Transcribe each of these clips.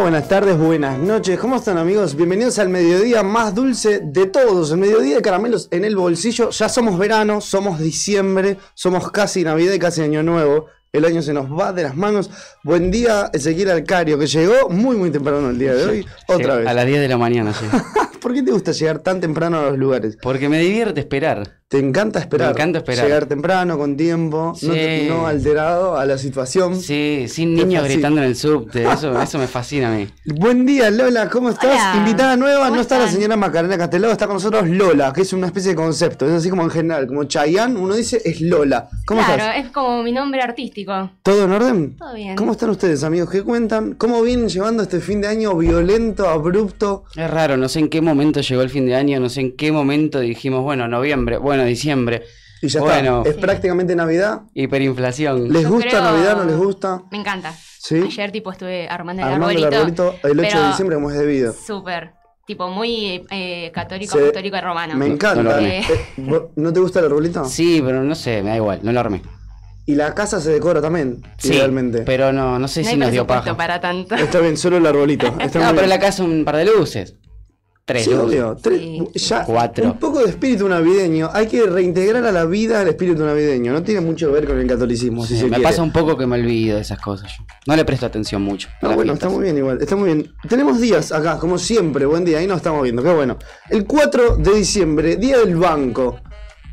buenas tardes, buenas noches. ¿Cómo están amigos? Bienvenidos al mediodía más dulce de todos, el mediodía de caramelos en el bolsillo. Ya somos verano, somos diciembre, somos casi Navidad y casi Año Nuevo. El año se nos va de las manos. Buen día, Ezequiel Alcario, que llegó muy, muy temprano el día de hoy. Otra Llega vez. A las 10 de la mañana, sí. ¿Por qué te gusta llegar tan temprano a los lugares? Porque me divierte esperar. Te encanta esperar. Me encanta esperar. Llegar temprano, con tiempo, no, Sí. no alterado a la situación. Sí, sin Te niños fascina. gritando en el subte, eso, eso me fascina a mí. Buen día, Lola, ¿cómo estás? Hola. Invitada nueva, ¿Cómo no está la están? señora Macarena Castelado, está con nosotros Lola, que es una especie de concepto, es así como en general, como Chayanne, uno dice es Lola. ¿Cómo claro, estás? es como mi nombre artístico. ¿Todo en orden? Todo bien. ¿Cómo están ustedes, amigos? ¿Qué cuentan? ¿Cómo vienen llevando este fin de año violento, abrupto? Es raro, no sé en qué momento llegó el fin de año, no sé en qué momento dijimos, bueno, noviembre, bueno, diciembre, Y ya Bueno. está, es prácticamente Navidad. hiperinflación. ¿Les Yo gusta creo- Navidad? ¿No les gusta? Me encanta. Sí. Ayer tipo estuve armando el Armando arbolito. el 8 de pero diciembre como es debido. Súper. Tipo muy eh, católico, Se- apostólico y romano. Me No lo encanta. armé. Eh, ¿vo- ¿No te gusta el arbolito? Sí, pero no sé, me da igual, no lo armé. Y la casa se decora también, Sí, idealmente. pero no, no sé no si hay nos dio presupuesto paja. para tanto. Está bien, solo el arbolito. Está No, muy pero bien. la casa un par de luces. Tres Sí, luces. obvio. Tres- Sí. ya Cuatro. Un poco de espíritu navideño. Hay que reintegrar a la vida el espíritu navideño. No tiene mucho que ver con el catolicismo. Sí, si se Eh, me quiere. pasa un poco que me olvido de esas cosas. yo. No le presto atención mucho. a No, las bueno, fiestas. está muy bien igual. Está muy bien. Tenemos días acá, como siempre. Buen día. Ahí nos estamos viendo. Qué bueno. El 4 de diciembre, Día del Banco.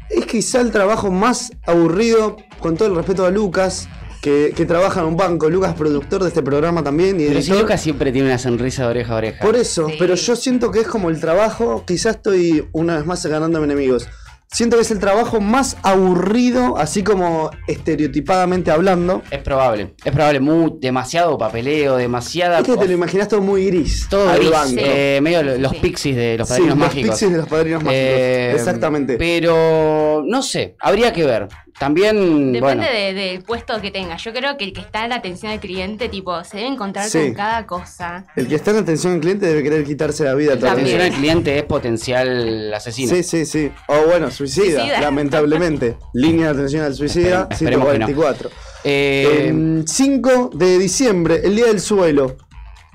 Es quizá el trabajo más aburrido, con todo el respeto a Lucas, que, que trabaja en un banco. Lucas, productor de este programa también. Y Pero si editor. Lucas siempre tiene una sonrisa de oreja a oreja. Por eso, Sí. pero yo siento que es como el trabajo, quizás estoy una vez más ganándome enemigos. Siento que es el trabajo más aburrido, así como estereotipadamente hablando. Es probable, es probable, mu- demasiado papeleo, demasiada... Este te lo imaginas todo muy gris. todo al gris, banco. eh, medio lo- los Sí. pixies de los Sí, padrinos los mágicos. pixies de los padrinos mágicos. Eh, Exactamente. Pero, no sé, habría que ver. También, Depende bueno, de- del puesto que tenga. Yo creo que el que está en la atención al cliente, tipo, se debe encontrar Sí. con cada cosa. El que está en atención al cliente debe querer quitarse la vida la también. atención también. al cliente es potencial asesino. Sí, sí, sí. O bueno, suicida, Suicida. lamentablemente. Línea de atención al suicida, Espere- esperemos que no. 144. Eh, Em, 5 de diciembre, el Día del Suelo.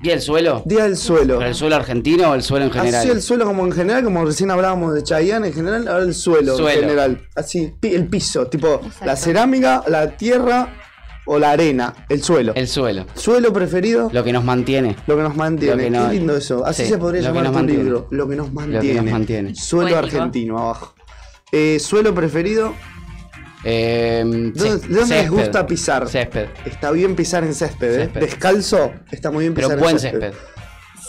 ¿Y el suelo? Día del Suelo. ¿Pero el suelo argentino o el suelo en general? Así el suelo como en general, como recién hablábamos de Chayanne en general, ahora el suelo, en Suelo. general. Así, pi- el piso, tipo Exacto. la cerámica, la tierra o la arena, el suelo. El suelo, Suelo preferido, lo, lo que nos mantiene. que nos mantiene. Lo que no- Qué lindo eso. Así sí, se podría lo que llamar nos tu mantiene. libro, lo que nos nos mantiene. mantiene. Suelo Poético. argentino abajo. Eh, suelo preferido, Eh, ¿Dónde- cés- de dónde les césped. gusta pisar? Césped. está bien pisar en césped, ¿eh? Césped. Descalzo, está muy bien Pero pisar en buen césped. césped.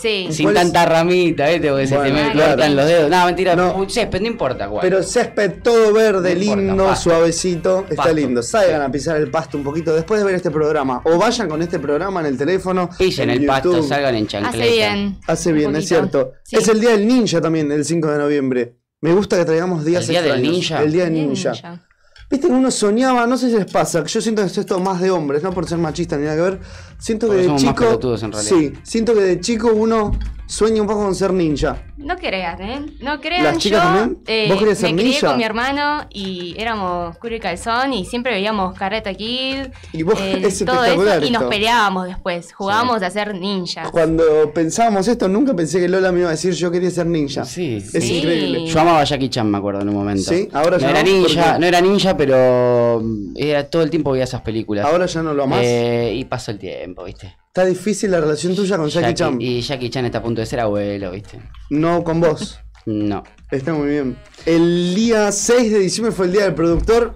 Sí. Sí. Sin ¿Cuál es? tanta ramita, ¿viste? Porque se te Bueno, me claro. cortan los dedos. No, mentira, No. un césped, no importa cuál. Pero césped todo verde, No importa, lindo, pasto. suavecito, está Pasto. lindo. Salgan a pisar el pasto un poquito después de ver este programa. O vayan con este programa en el teléfono. Pillen el en pasto, YouTube. salgan en chancleta. Hace bien. Hace Un bien, es poquito. cierto. Sí. Es el día del ninja también, el 5 de noviembre. Me gusta que traigamos días ¿El día del extraños. ninja? El día del ninja. Viste que uno soñaba, no sé si les pasa, que yo siento que esto es todo más de hombres, no por ser machista ni nada que ver. Siento que Porque de somos más chico. pelotudos en realidad. Sí, siento que de chico uno sueña un poco con ser ninja. No creas, ¿eh? No crean. ¿Las chicas yo, también? eh, ¿Vos querés ser me crié ninja? con mi hermano y éramos culo y calzón y siempre veíamos Karate Kid. Y vos- eh, es todo espectacular eso y nos esto. peleábamos después. Jugábamos a ser ninjas. Cuando pensábamos esto, nunca pensé que Lola me iba a decir yo quería ser ninja. Sí, Es sí. increíble. Yo amaba a Jackie Chan, me acuerdo, en un momento. Sí, ahora no ya era no, ¿por ninja, qué? no era ninja, pero mm, era todo el tiempo veía esas películas. Ahora ya no lo amás. Eh, y pasó el tiempo, ¿viste? Está difícil la relación tuya con Jackie Chan. Y Jackie Chan está a punto de ser abuelo, ¿viste? No con vos. No. Está muy bien. El día 6 de diciembre fue el día del productor.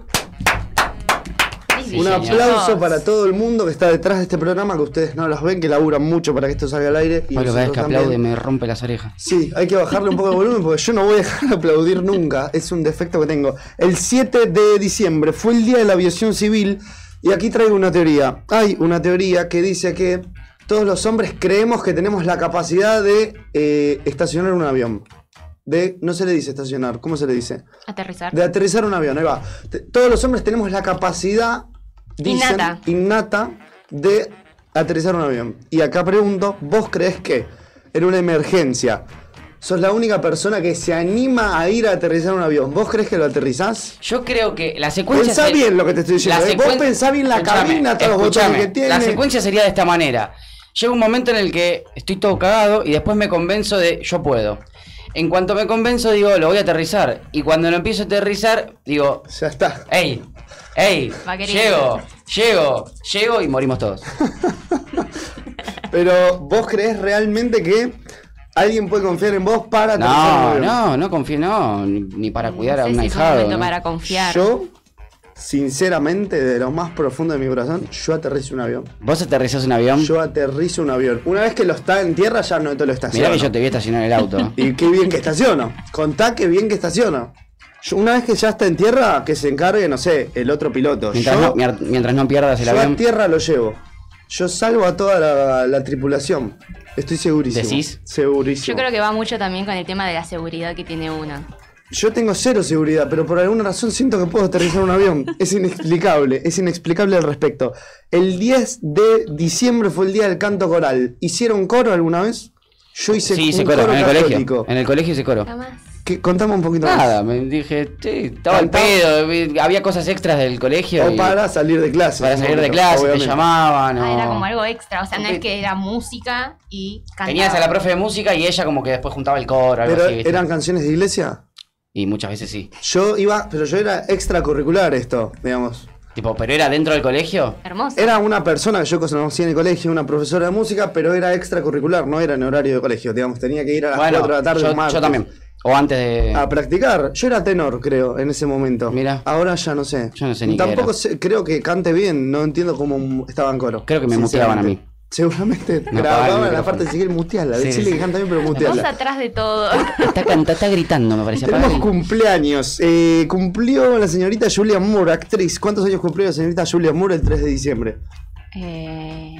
Sí, Un señor. aplauso para todo el mundo que está detrás de este programa, que ustedes no los ven, que laburan mucho para que esto salga al aire. y Pablo, cada vez que nosotros aplaude también. me rompe las orejas. Sí, hay que bajarle un poco de volumen porque yo no voy a dejar de aplaudir nunca. Es un defecto que tengo. El 7 de diciembre fue el Día de la Aviación Civil y aquí traigo una teoría. Hay una teoría que dice que todos los hombres creemos que tenemos la capacidad de eh, estacionar un avión. De, no se le dice estacionar, ¿cómo se le dice? Aterrizar. De aterrizar un avión, ahí va. Te- todos los hombres tenemos la capacidad dicen, Innata. innata de aterrizar un avión. Y acá pregunto, ¿vos crees que en una emergencia sos la única persona que se anima a ir a aterrizar un avión? ¿Vos crees que lo aterrizás? Yo creo que la secuencia. Pensá ser- bien lo que te estoy diciendo. la ¿eh? Vos secuen- pensá bien la Escuchame, cabina, todos los botones escuchame. que tiene. La secuencia sería de esta manera. Llega un momento en el que estoy todo cagado y después me convenzo de yo puedo. En cuanto me convenzo, digo, lo voy a aterrizar. Y cuando lo empiezo a aterrizar, digo, Ya está. ¡Ey! ¡Ey! Vaquerito. Llego, llego, llego y morimos todos. Pero ¿vos crees realmente que alguien puede confiar en vos para aterrizar un No, avión? no, no confío, no, ni, ni para cuidar no a sé un si es un ahijado. momento ¿no? para confiar. Yo, sinceramente, de lo más profundo de mi corazón, yo aterrizo un avión. ¿Vos aterrizás un avión? Yo aterrizo un avión. Una vez que lo está en tierra, ya no te lo estaciono. Mirá que yo te vi estacionar el auto. Y qué bien que estaciono. Contá que bien que estaciono. Yo, una vez que ya está en tierra, que se encargue, no sé, el otro piloto. Mientras, yo no, mier- mientras no pierdas el yo a avión, tierra lo llevo. Yo salvo a toda la, la tripulación. Estoy segurísimo. ¿Decís? Segurísimo. Yo creo que va mucho también con el tema de la seguridad que tiene una. Yo tengo cero seguridad, pero por alguna razón siento que puedo aterrizar un avión. Es inexplicable, es inexplicable al respecto. El 10 de diciembre fue el día del canto coral. ¿Hicieron coro alguna vez? Yo hice sí, se un coro, coro, en el católico. colegio. En el colegio se coro. Jamás. ¿Qué? Contame un poquito Nada, me dije, sí, estaba al Cantá. pedo, vi- había cosas extras del colegio. más. O y- para salir de clase. para salir de Bueno, clase, obviamente. te llamaban. Ah, o- era como algo extra. O sea, no Ok. es que era música y cantaba. Tenías a la profe de música y ella como que después juntaba el coro, algo Pero así. ¿viste? eran canciones de iglesia. Y muchas veces sí. Yo iba, pero yo era extracurricular esto, digamos. Tipo, pero era dentro del colegio. Hermoso. Era una persona que yo conocía en el colegio, una profesora de música, pero era extracurricular, no era en horario de colegio. Digamos, tenía que ir a las Bueno, 4 de la tarde yo, un martes Ah, yo también. O antes de. A practicar. Yo era tenor, creo, en ese momento. Mirá. Ahora ya no sé. Yo no sé ni qué Tampoco era. sé- creo que cante bien, no entiendo cómo estaba en coro. Creo que me sinceramente. muteaban a mí. Seguramente Me apagaban el grababan la micrófono. parte de seguir muteala, Sí, decirle sí. que canta bien, pero Vos muteala. atrás de todo. Está, canta- está gritando, me parece. apaga Tenemos el- cumpleaños. Eh, cumplió la señorita Julia Moore, actriz. ¿Cuántos años cumplió la señorita Julia Moore el 3 de diciembre? Eh,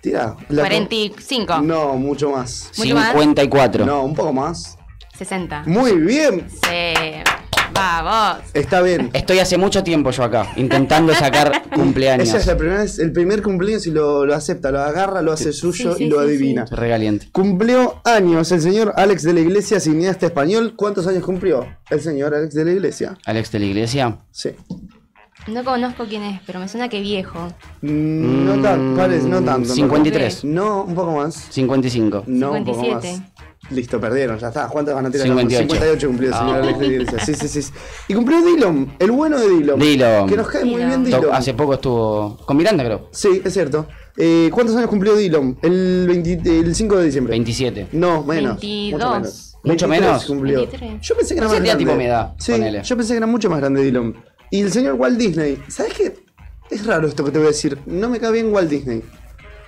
Tira. la- 45. No, mucho más. Mucho más. 54. No, un poco más. 60. Muy bien. Sí. Vamos. Está bien. Estoy hace mucho tiempo yo acá, intentando sacar cumpleaños. Ella es la primera vez- el primer cumpleaños y lo, lo acepta, lo agarra, lo hace suyo sí, y lo sí, sí. adivina. Regaliente. Cumplió años el señor Alex de la Iglesia, cineasta español. ¿Cuántos años cumplió el señor Alex de la Iglesia? Alex de la iglesia. Sí. No conozco quién es, pero me suena que viejo. Mm, No tan, parece, no tanto. 53. No, un poco más. 55. No, un poco más. 57. Listo, perdieron, ya está. ¿Cuántas van a tirar? 58. 58 cumplió el señor Ah. Alex de la Iglesia. Sí, sí, sí. sí. Y cumplió Dillon, el bueno de Dillon. Dillon. Que nos cae muy bien Dillon. Dillon. To- Hace poco estuvo con Miranda, creo. Sí, es cierto. Eh, ¿Cuántos años cumplió Dillon? El, 20 el 5 de diciembre. 27. No, menos. 22. Mucho menos. ¿Mucho 23 menos? cumplió. 23. Yo pensé que era Pensé más que tenía grande. tipo mi edad, Sí, ponele. yo pensé que era mucho más grande Dylan. Y el señor Walt Disney, ¿sabes qué? Es raro esto que te voy a decir. No me cae bien Walt Disney.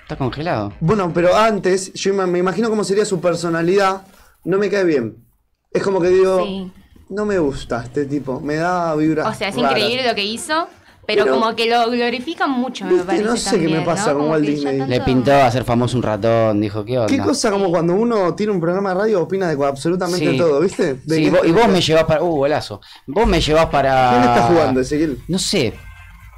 Está congelado. Bueno, pero antes, yo ima- me imagino cómo sería su personalidad. No me cae bien. Es como que digo, Sí. no me gusta este tipo. Me da vibra. O sea, es raras. increíble lo que hizo, pero, Pero- como que lo glorifican mucho, me Viste, parece. no sé qué me también, pasa ¿no? con Como Walt que ya Disney. tanto- Le pintaba hacer famoso un ratón, dijo, ¿qué onda? Qué cosa como cuando uno tiene un programa de radio opina de absolutamente Sí. todo, ¿viste? De Sí, que- y vos, y vos me llevás para. Uh, golazo. Vos me llevás para. ¿Quién está jugando, Ezequiel? No sé,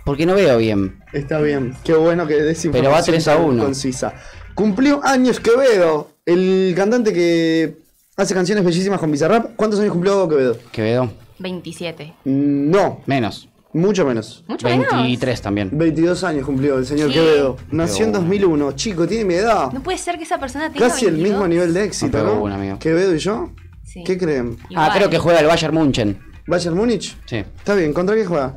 porque no veo bien. Está bien, qué bueno que des Pero va información 3 a tan 1. concisa. Cumplió años Quevedo, el cantante que hace canciones bellísimas con Bizarrap. ¿Cuántos años cumplió Quevedo? Quevedo, 27. Mm, No, menos. mucho menos. Mucho menos. 23 también. 22 años cumplió el señor Sí. Quevedo. Nació en Qué bueno. 2001, chico, tiene mi edad. No puede ser que esa persona tenga Casi el 22. mismo nivel de éxito, No pegó ¿no? una, Ah, amigo. Quevedo y yo. Sí. ¿Qué creen? Igual. Ah, creo que juega el Bayern Munchen. ¿Bayern Múnich? Sí. Está bien, ¿contra qué juega?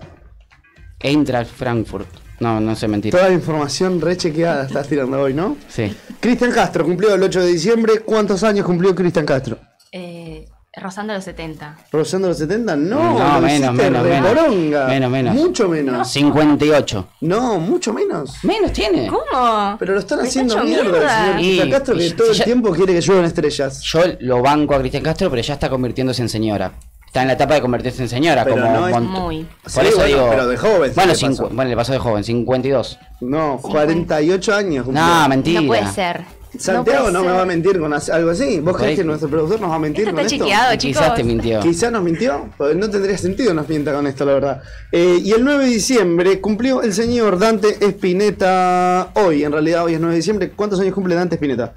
Eintracht Frankfurt. No, no sé mentir. Toda la información rechequeada estás tirando hoy, ¿no? Sí. Cristian Castro cumplió el 8 de diciembre. ¿Cuántos años cumplió Cristian Castro? Eh, rozando los 70. ¿Rozando los 70? No, lo No, menos, hiciste menos, re menos. poronga. Menos, menos. Mucho menos. 58. No, mucho menos. Menos tiene. ¿Cómo? Pero lo están Me está haciendo hecho mierda, el señor Y- Cristian Castro que y- todo el pues, ya- tiempo quiere que lluevan estrellas. Yo lo banco a Cristian Castro, pero ya está convirtiéndose en señora. Está en la etapa de convertirse en señora, Pero como no es- mont- Muy. Por Sí, eso bueno, digo. pero de joven, Bueno, ¿qué le cincu- pasó? bueno, le pasó de joven, 52. No, 48 años. cumplió. No, mentira. No puede ser. Santiago puede no, me ser. va a mentir con as- algo así. ¿Vos crees ahí- que nuestro productor nos va a mentir Esto con está esto? chequeado, Ah, chicos. Quizás te mintió. Quizás nos mintió, pues no tendría sentido nos mienta con esto, la verdad. Eh, y el 9 de diciembre cumplió el señor Dante Spinetta hoy, en realidad hoy es 9 de diciembre. ¿Cuántos años cumple Dante Spinetta?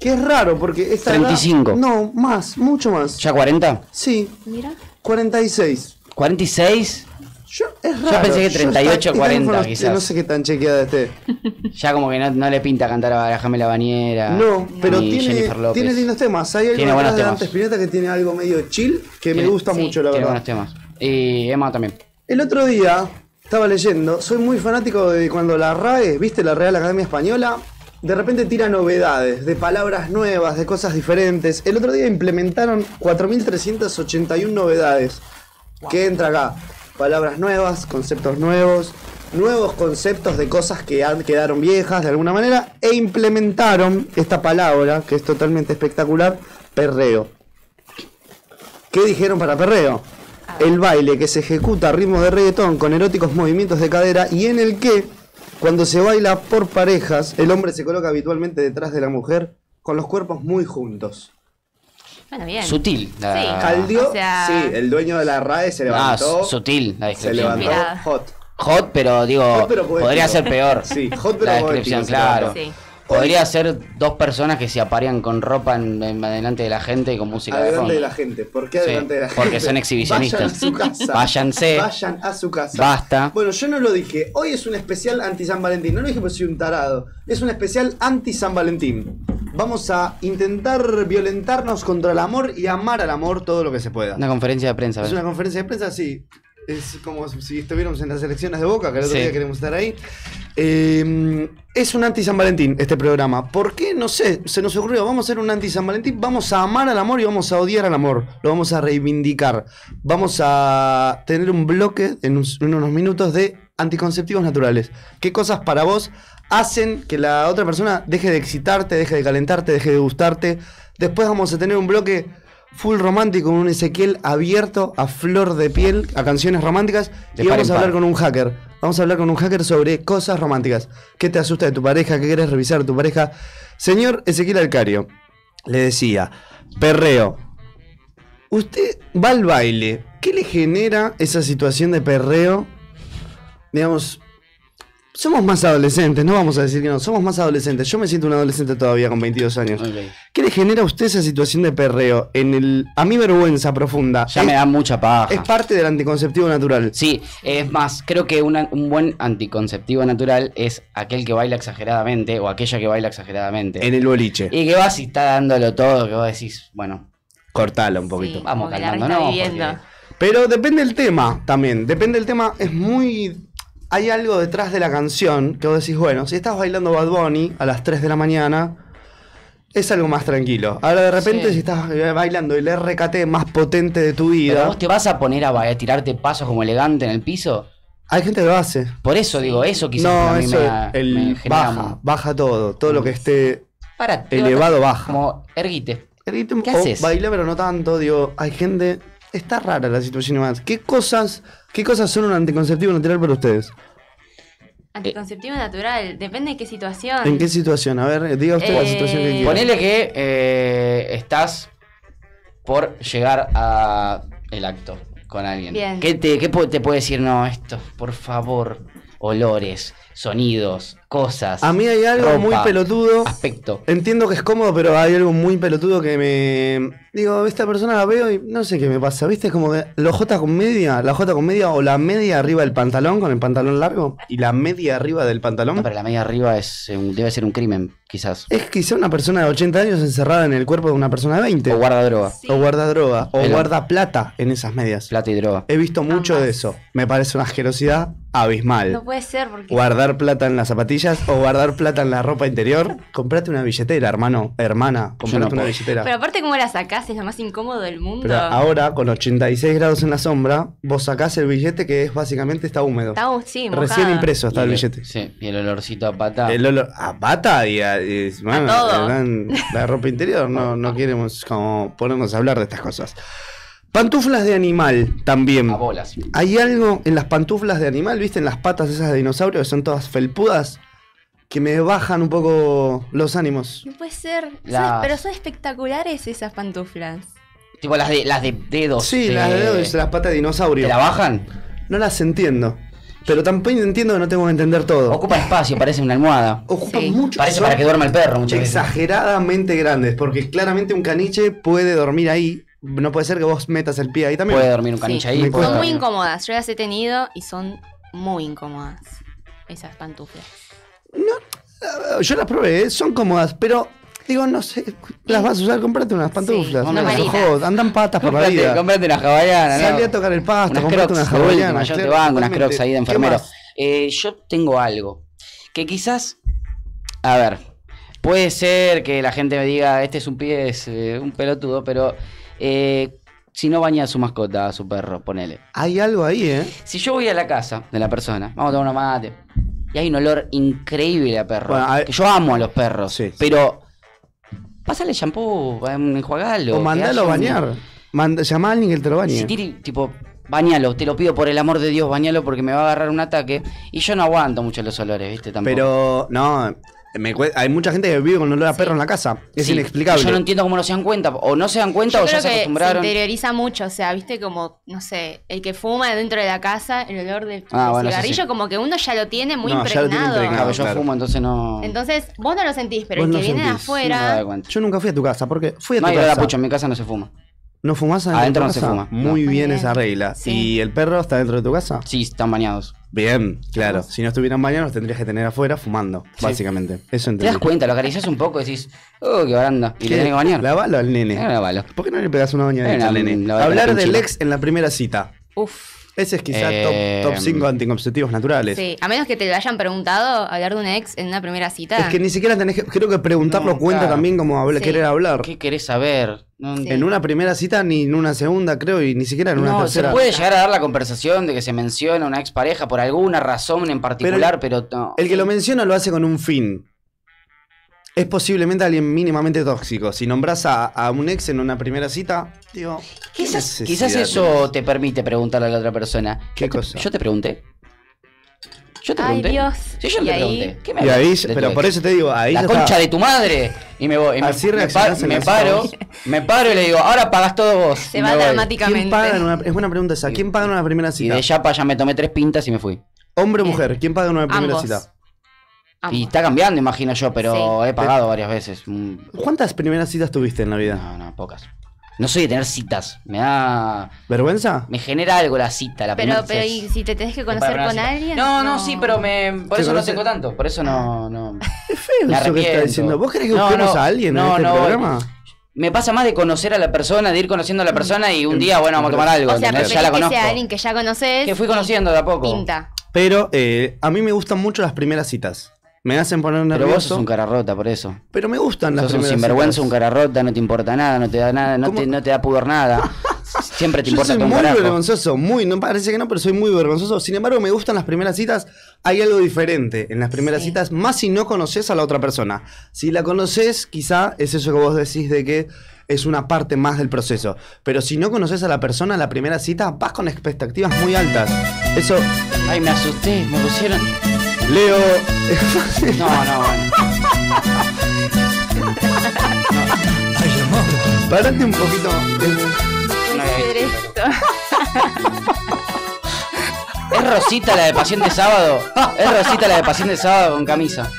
Que es raro, porque esta edad- 35. no, más, mucho más. ¿Ya 40? Sí, Mira. 46. ¿46? Yo, es raro. pensé que Yo 38, esta- esta 40 información- quizás. No sé qué tan chequeada esté. Ya como que no, no le pinta cantar a Déjame la bañera. No, pero ni tiene, Ah, Jennifer López. tiene lindos temas. Hay algo Tiene detrás buenos de temas. Dante Spinetta que tiene algo medio chill que me Tiene- gusta sí, mucho, la Tiene verdad. buenos temas. Y Emma también. El otro día estaba leyendo, soy muy fanático de cuando la RAE, viste, la Real Academia Española, de repente tira novedades, de palabras nuevas, de cosas diferentes. El otro día implementaron 4.381 novedades. ¿Qué entra acá? Palabras nuevas, conceptos nuevos, nuevos conceptos de cosas que han- quedaron viejas de alguna manera, e implementaron esta palabra, que es totalmente espectacular, perreo. ¿Qué dijeron para perreo? El baile que se ejecuta a ritmo de reggaetón con eróticos movimientos de cadera y en el que, cuando se baila por parejas, el hombre se coloca habitualmente detrás de la mujer con los cuerpos muy juntos. Bueno, bien. Sutil. la- Sí. Caldió, o sea- sí, el dueño de la RAE se Ah, levantó. su- sutil la se descripción. levantó Mirá. hot. Hot, pero digo, Hot, pero poético. podría ser peor. Sí, hot, pero La poético, descripción, se claro. levantó. Sí. Podría ser dos personas que se aparean con ropa en, en- delante de la gente y con música de Adelante fondo. de la gente. ¿Por qué Sí, adelante de la gente? porque son exhibicionistas. Vayan a su casa. Váyanse. Vayan a su casa. Basta. Bueno, yo no lo dije. Hoy es un especial anti San Valentín. No lo dije porque soy un tarado. Es un especial anti San Valentín. Vamos a intentar violentarnos contra el amor y amar al amor todo lo que se pueda. Una conferencia de prensa. Es ¿ves? una conferencia de prensa, sí. Es como si estuviéramos en las elecciones de Boca, que el otro Sí. día queremos estar ahí. Eh, es un anti-San Valentín este programa. ¿Por qué? No sé. Se nos ocurrió, vamos a ser un anti-San Valentín, vamos a amar al amor y vamos a odiar al amor. Lo vamos a reivindicar. Vamos a tener un bloque en, uns- en unos minutos de anticonceptivos naturales. ¿Qué cosas para vos hacen que la otra persona deje de excitarte, deje de calentarte, deje de gustarte? Después vamos a tener un bloque full romántico, un Ezequiel abierto a flor de piel, a canciones románticas. De y par vamos en a hablar par. con un hacker. Vamos a hablar con un hacker sobre cosas románticas. ¿Qué te asusta de tu pareja? ¿Qué querés revisar de tu pareja? Señor Ezequiel Alcario, le decía, perreo. Usted va al baile. ¿Qué le genera esa situación de perreo? Digamos, somos más adolescentes, no vamos a decir que no, somos más adolescentes. Yo me siento un adolescente todavía con 22 años. Ok. ¿Qué le genera a usted esa situación de perreo? En el, a mi vergüenza profunda. Ya es, me da mucha paja. es parte del anticonceptivo natural. Sí, es más, creo que una- un buen anticonceptivo natural es aquel que baila exageradamente o aquella que baila exageradamente. En el boliche. Y que vas y está dándolo todo, que vos decís, bueno, Cortala un poquito. Sí, Vamos como que la calmando, resta ¿no? viviendo. Porque- Pero depende el tema también. Depende el tema. Es muy. Hay algo detrás de la canción que vos decís, bueno, si estás bailando Bad Bunny a las 3 de la mañana, es algo más tranquilo. Ahora de repente, Sí. si estás eh, bailando el RKT más potente de tu ¿pero vida, vos te vas a poner a, ba- a tirarte pasos como elegante en el piso. hay gente que lo hace. Por eso digo, eso quizás no, a mí eso me, da- el- me genera baja, baja todo. Todo lo que esté Para, elevado baja. Como erguite. Erguite un- ¿Qué o haces? Bailé, pero no tanto. Digo, hay gente. Está rara la situación y más. ¿Qué cosas, ¿Qué cosas son un anticonceptivo natural para ustedes? eh, Anticonceptivo natural, depende de qué situación. ¿En qué situación? A ver, diga usted la Eh, situación que quiera. Ponele que eh, estás por llegar a el acto con alguien. Bien. ¿Qué, te, qué pu- te puede decir? No, esto, por favor. Olores, sonidos, cosas. A mí hay algo ropa, muy pelotudo. Aspecto. Entiendo que es cómodo, pero hay algo muy pelotudo que me. Digo, esta persona la veo y no sé qué me pasa. ¿Viste? Es como que lo J con media, la J con media o la media arriba del pantalón con el pantalón largo y la media arriba del pantalón. No, pero la media arriba es eh, un- debe ser un crimen, quizás. Es quizá una persona de 80 años encerrada en el cuerpo de una persona de 20. O guarda droga. Sí. O guarda droga, o Pero- guarda plata en esas medias. Plata y droga. He visto mucho Ambas. de eso. Me parece una asquerosidad abismal. No puede ser porque guardar plata en las zapatillas o guardar plata en la ropa interior. Comprate una billetera, hermano, hermana. Comprate no una puedo. billetera. Pero Pero, aparte como la sacás es lo más incómodo del mundo. ahora, con 86 grados en la sombra, vos sacás el billete que es básicamente está húmedo. Está- sí, mojada. Recién impreso está Y el billete. Sí, y el olorcito a pata. El olor a pata y a, y, bueno, todo. la, la ropa interior. No, no queremos como ponernos a hablar de estas cosas. Pantuflas de animal también. A bolas. Hay algo en las pantuflas de animal, viste, en las patas esas de dinosaurio que son todas felpudas, que me bajan un poco los ánimos. No puede ser. Son- Las- Pero son espectaculares esas pantuflas. Tipo las de, las de dedos. Sí, de- las dedos y las patas de dinosaurio. ¿Te la bajan? No las entiendo. Pero tampoco entiendo que no tengo que entender todo. Ocupa espacio, parece una almohada. Ocupa Sí. mucho Parece son para que duerma el perro muchas veces. Exageradamente grandes, porque claramente un caniche puede dormir ahí. No puede ser que vos metas el pie ahí también. Puede dormir un caniche Sí. ahí. Me puede Son muy dormir. incómodas. Yo las he tenido y son muy incómodas. Esas pantuflas. Ah, Yo las probé, ¿eh? son cómodas, pero digo, no sé, las vas a usar, comprate unas pantuflas. no no las marina. jodas, andan patas por la Comprate- vida. comprate una hawaiana, ¿no? Salí a tocar el pasto, unas comprate crocs, unas por último, hawaianas. yo te claro, banco unas totalmente. crocs ahí de ¿Qué enfermero. más? Eh, yo tengo algo que quizás, a ver, puede ser que la gente me diga, este es un pie, es eh, un pelotudo, pero eh, si no baña a su mascota, a su perro, ponele. Hay algo ahí, ¿eh? Si yo voy a la casa de la persona, vamos a tomar una mate, y hay un olor increíble a perro. Bueno, a ver- que yo amo a los perros, Sí, sí. pero pásale shampoo, em, enjuagalo. O que mandalo a haya un- bañar. Manda, llama a alguien que te lo bañe. si tiri- tipo, bañalo, te lo pido por el amor de Dios, bañalo porque me va a agarrar un ataque. Y yo no aguanto mucho los olores, ¿viste? Tampoco. Pero, no, me cue- hay mucha gente que vive con olor a perro en la casa. Es Sí, inexplicable. Yo no entiendo cómo no se dan cuenta. O no se dan cuenta Yo o ya creo se que se acostumbraron. interioriza mucho, o sea, viste como, no sé, el que fuma dentro de la casa, el olor del Ah, del bueno, eso cigarrillo, sí. como que uno ya lo tiene muy No, ya lo impregnado. tiene impregnado. Claro, Ah, yo Claro. fumo, entonces no. Entonces, vos no lo sentís, pero Vos el que no viene de sentís, no me doy afuera, cuenta. Yo nunca fui a tu casa, porque fui a tu No hay olor casa. a pucho, en mi casa no se fuma. ¿No fumás adentro, Adentro de no tu se casa? fuma, no. Muy Muy bien bien. esa regla. Sí. ¿Y el perro está dentro de tu casa? Sí, están bañados. Bien, claro. Si no estuvieran bañados, los tendrías que tener afuera fumando, Sí. básicamente. Eso Te das entendí. cuenta, lo acaricias un poco y decís, oh, qué baranda. Y ¿Qué? le tenés que bañar. Lávalo al nene. Eh, lávalo. ¿Por qué no le pegas una bañadita Era al un- nene? la verdad, Hablar un del chico. ex en la primera cita. uff, Ese es quizá Eh, top 5 anticonceptivos naturales. sí. A menos que te lo hayan preguntado, hablar de un ex en una primera cita. Es que ni siquiera tenés que. Creo que preguntarlo No, cuenta claro. también como habla- Sí. querer hablar. ¿Qué querés saber? No, Sí. En una primera cita, ni en una segunda, creo, y ni siquiera en una No, tercera. se puede llegar a dar la conversación de que se menciona una expareja por alguna razón en particular, pero, no. El que lo menciona lo hace con un fin. Es posiblemente alguien mínimamente tóxico. Si nombras a, a un ex en una primera cita, digo. ¿qué Quizás, necesidad quizás eso te permite preguntarle a la otra persona. ¿Qué Yo te- cosa? Yo te pregunté. Yo te Ay, pregunté. Dios. Sí, yo Y te ahí- pregunté. ¿Qué me Y hablas ahí, de tu pero ex? por eso te digo, ahí La ya concha está. de tu madre. Y me voy. Y me, Así me reaccionás pa- en me las paro. cosas. Me paro y le digo, ahora pagas todo vos. se Y va me voy. ¿Quién dramáticamente. paga en una, es buena pregunta esa. ¿Quién paga en una primera Y cita? de chapa ya me tomé tres pintas y me fui. Hombre o mujer, ¿quién paga en una primera Ambos. cita? Ambos. Y está cambiando, imagino yo, pero he pagado varias veces. Mm, ¿Cuántas primeras citas tuviste en la vida? No, no, pocas. No soy de tener citas. Me da. ¿Vergüenza? Me genera algo la cita, la Pero, primera pero, vez. ¿y si te tenés que Para conocer una con cita. alguien? No, no, sí, pero me. Por ¿Te eso no conoces? tengo tanto. Por eso no. no. Es feo eso que Me está arrepiento. diciendo. ¿Vos querés que No, busquemos no, a alguien en no, este no, programa? Me pasa más de conocer a la persona, de ir conociendo a la persona y Mm. un día, bueno, vamos a tomar algo. O sea, ¿entendés? preferís ya la que conozco. sea alguien que ya conoces. Que fui conociendo de a poco. Pinta. Pero eh, a mí me gustan mucho las primeras citas. Me hacen poner nervioso. Pero vos sos un cara rota, por eso. Pero me gustan las Sos un primeras sinvergüenza, un citas. cara rota, no te importa nada, no te da nada, no, ¿Cómo? te, no te da pudor nada. Siempre te Yo importa soy tu muy carajo. vergonzoso, muy, no parece que no, pero soy muy vergonzoso. Sin embargo, me gustan las primeras citas. Hay algo diferente en las primeras Sí. citas, más si no conoces a la otra persona. Si la conoces, quizá es eso que vos decís de que es una parte más del proceso. Pero si no conoces a la persona en la primera cita, vas con expectativas muy altas. Eso, Ay, me asusté, me pusieron. Leo. No, no, bueno. Parate un poquito. No había Puede ser visto. esto. Es Rosita la de paciente sábado. Es Rosita la de paciente sábado con camisa.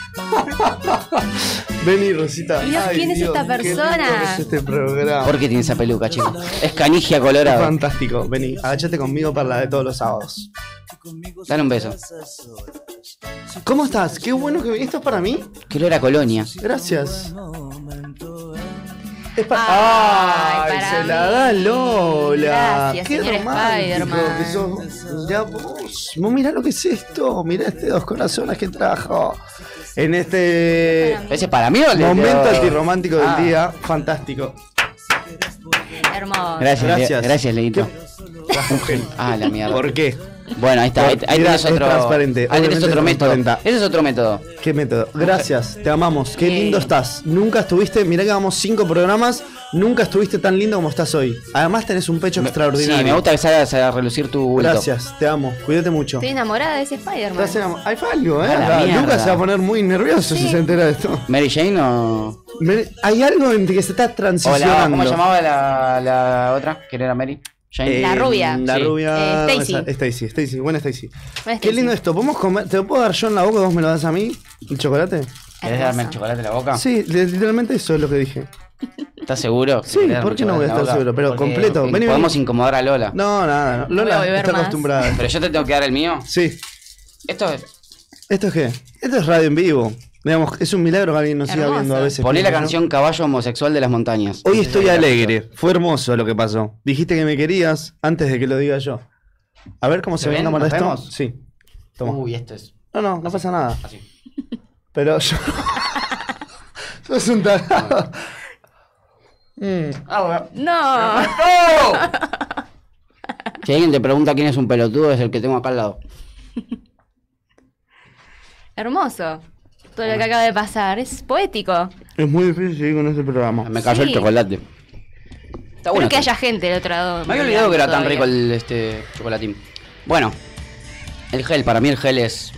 Vení, Rosita. Dios, ¿quién es esta qué rico persona? que es este programa. ¿Por qué tiene esa peluca, chico? Es canigia colorada. Fantástico. Vení, agachate conmigo para la de todos los sábados. Dale un beso. ¿Cómo estás? Qué bueno que viniste. ¿Esto es para mí? Que lo era colonia. Gracias. Es pa- Ay, ¡Ay! para se mí. la da Lola. Gracias, Qué señor romántico Spider-Man. que sos. Ya vos. Vos Mirá lo que es esto. Mirá este dos corazones que trajo. En este ¿Ese es para mí o el de- momento antirromántico Ah. del día. Fantástico. Hermoso. Gracias, Gracias. gracias, gracias Leito. Las mujeres. Ah, la mierda. ¿Por qué? Bueno, ahí está. Ahí, ahí Mira, tenés es otro, transparente, ahí tenés obviamente otro es método. transparente. Ese es otro método. Qué método. Gracias, te amamos. Qué lindo Eh. estás. Nunca estuviste, mirá que vamos cinco programas, nunca estuviste tan lindo como estás hoy. Además tenés un pecho extraordinario. Sí, me gusta que salgas a relucir tu bulto. Gracias, te amo. Cuídate mucho. Estoy enamorada de ese Spider-Man. Estás enamo- Ahí fue algo, ¿eh? A la mierda. Lucas se va a poner muy nervioso si se entera de esto. ¿Mary Jane o...? Me- Hay algo en que se está o transicionando. la- ¿Cómo se llamaba la, la otra? Que no era Mary Jane. Eh, La rubia. La Sí. rubia. Eh, Stacy. esa- Stacy, Stacy, buena Stacy. Buena Qué Stacy. lindo esto. ¿Podemos comer? ¿Te lo puedo dar yo en la boca? ¿Vos me lo das a mí? ¿El chocolate? ¿Querés Hermoso. darme el chocolate en la boca? Sí, li- literalmente eso es lo que dije. ¿Estás seguro? que Sí, querés darme ¿por qué el no voy a chocolate en la estar boca? seguro? Pero Porque completo, vení, vení. Podemos incomodar a Lola. No, nada, no. Voy a Lola beber está más. acostumbrada. Pero yo te tengo que dar el mío. Sí. Esto es... ¿Esto es qué? Esto es radio en vivo. Digamos, es un milagro que alguien nos siga Hermoso. viendo a veces. Poné la ¿no? canción Caballo Homosexual de las Montañas. Hoy Esa es estoy la alegre. Fue hermoso lo que pasó. Dijiste que me querías antes de que lo diga yo. A ver cómo se ¿Se ve ven? en cámara ¿Nos esto. vemos? Sí. Toma. Uy, esto es No, no, no pasa nada. así. Pero yo. Sos un tarado. Mm. Ah, No. Si alguien te pregunta quién es un pelotudo, es el que tengo acá al lado. Hermoso. Todo lo que acaba de pasar. Es poético. Es muy difícil seguir con este programa. Me cayó el Sí. chocolate. Está Espero bueno. que esto. haya gente del otro lado. Me había olvidado que era tan Todavía. rico el este chocolatín. Bueno, el gel, para mí el gel es.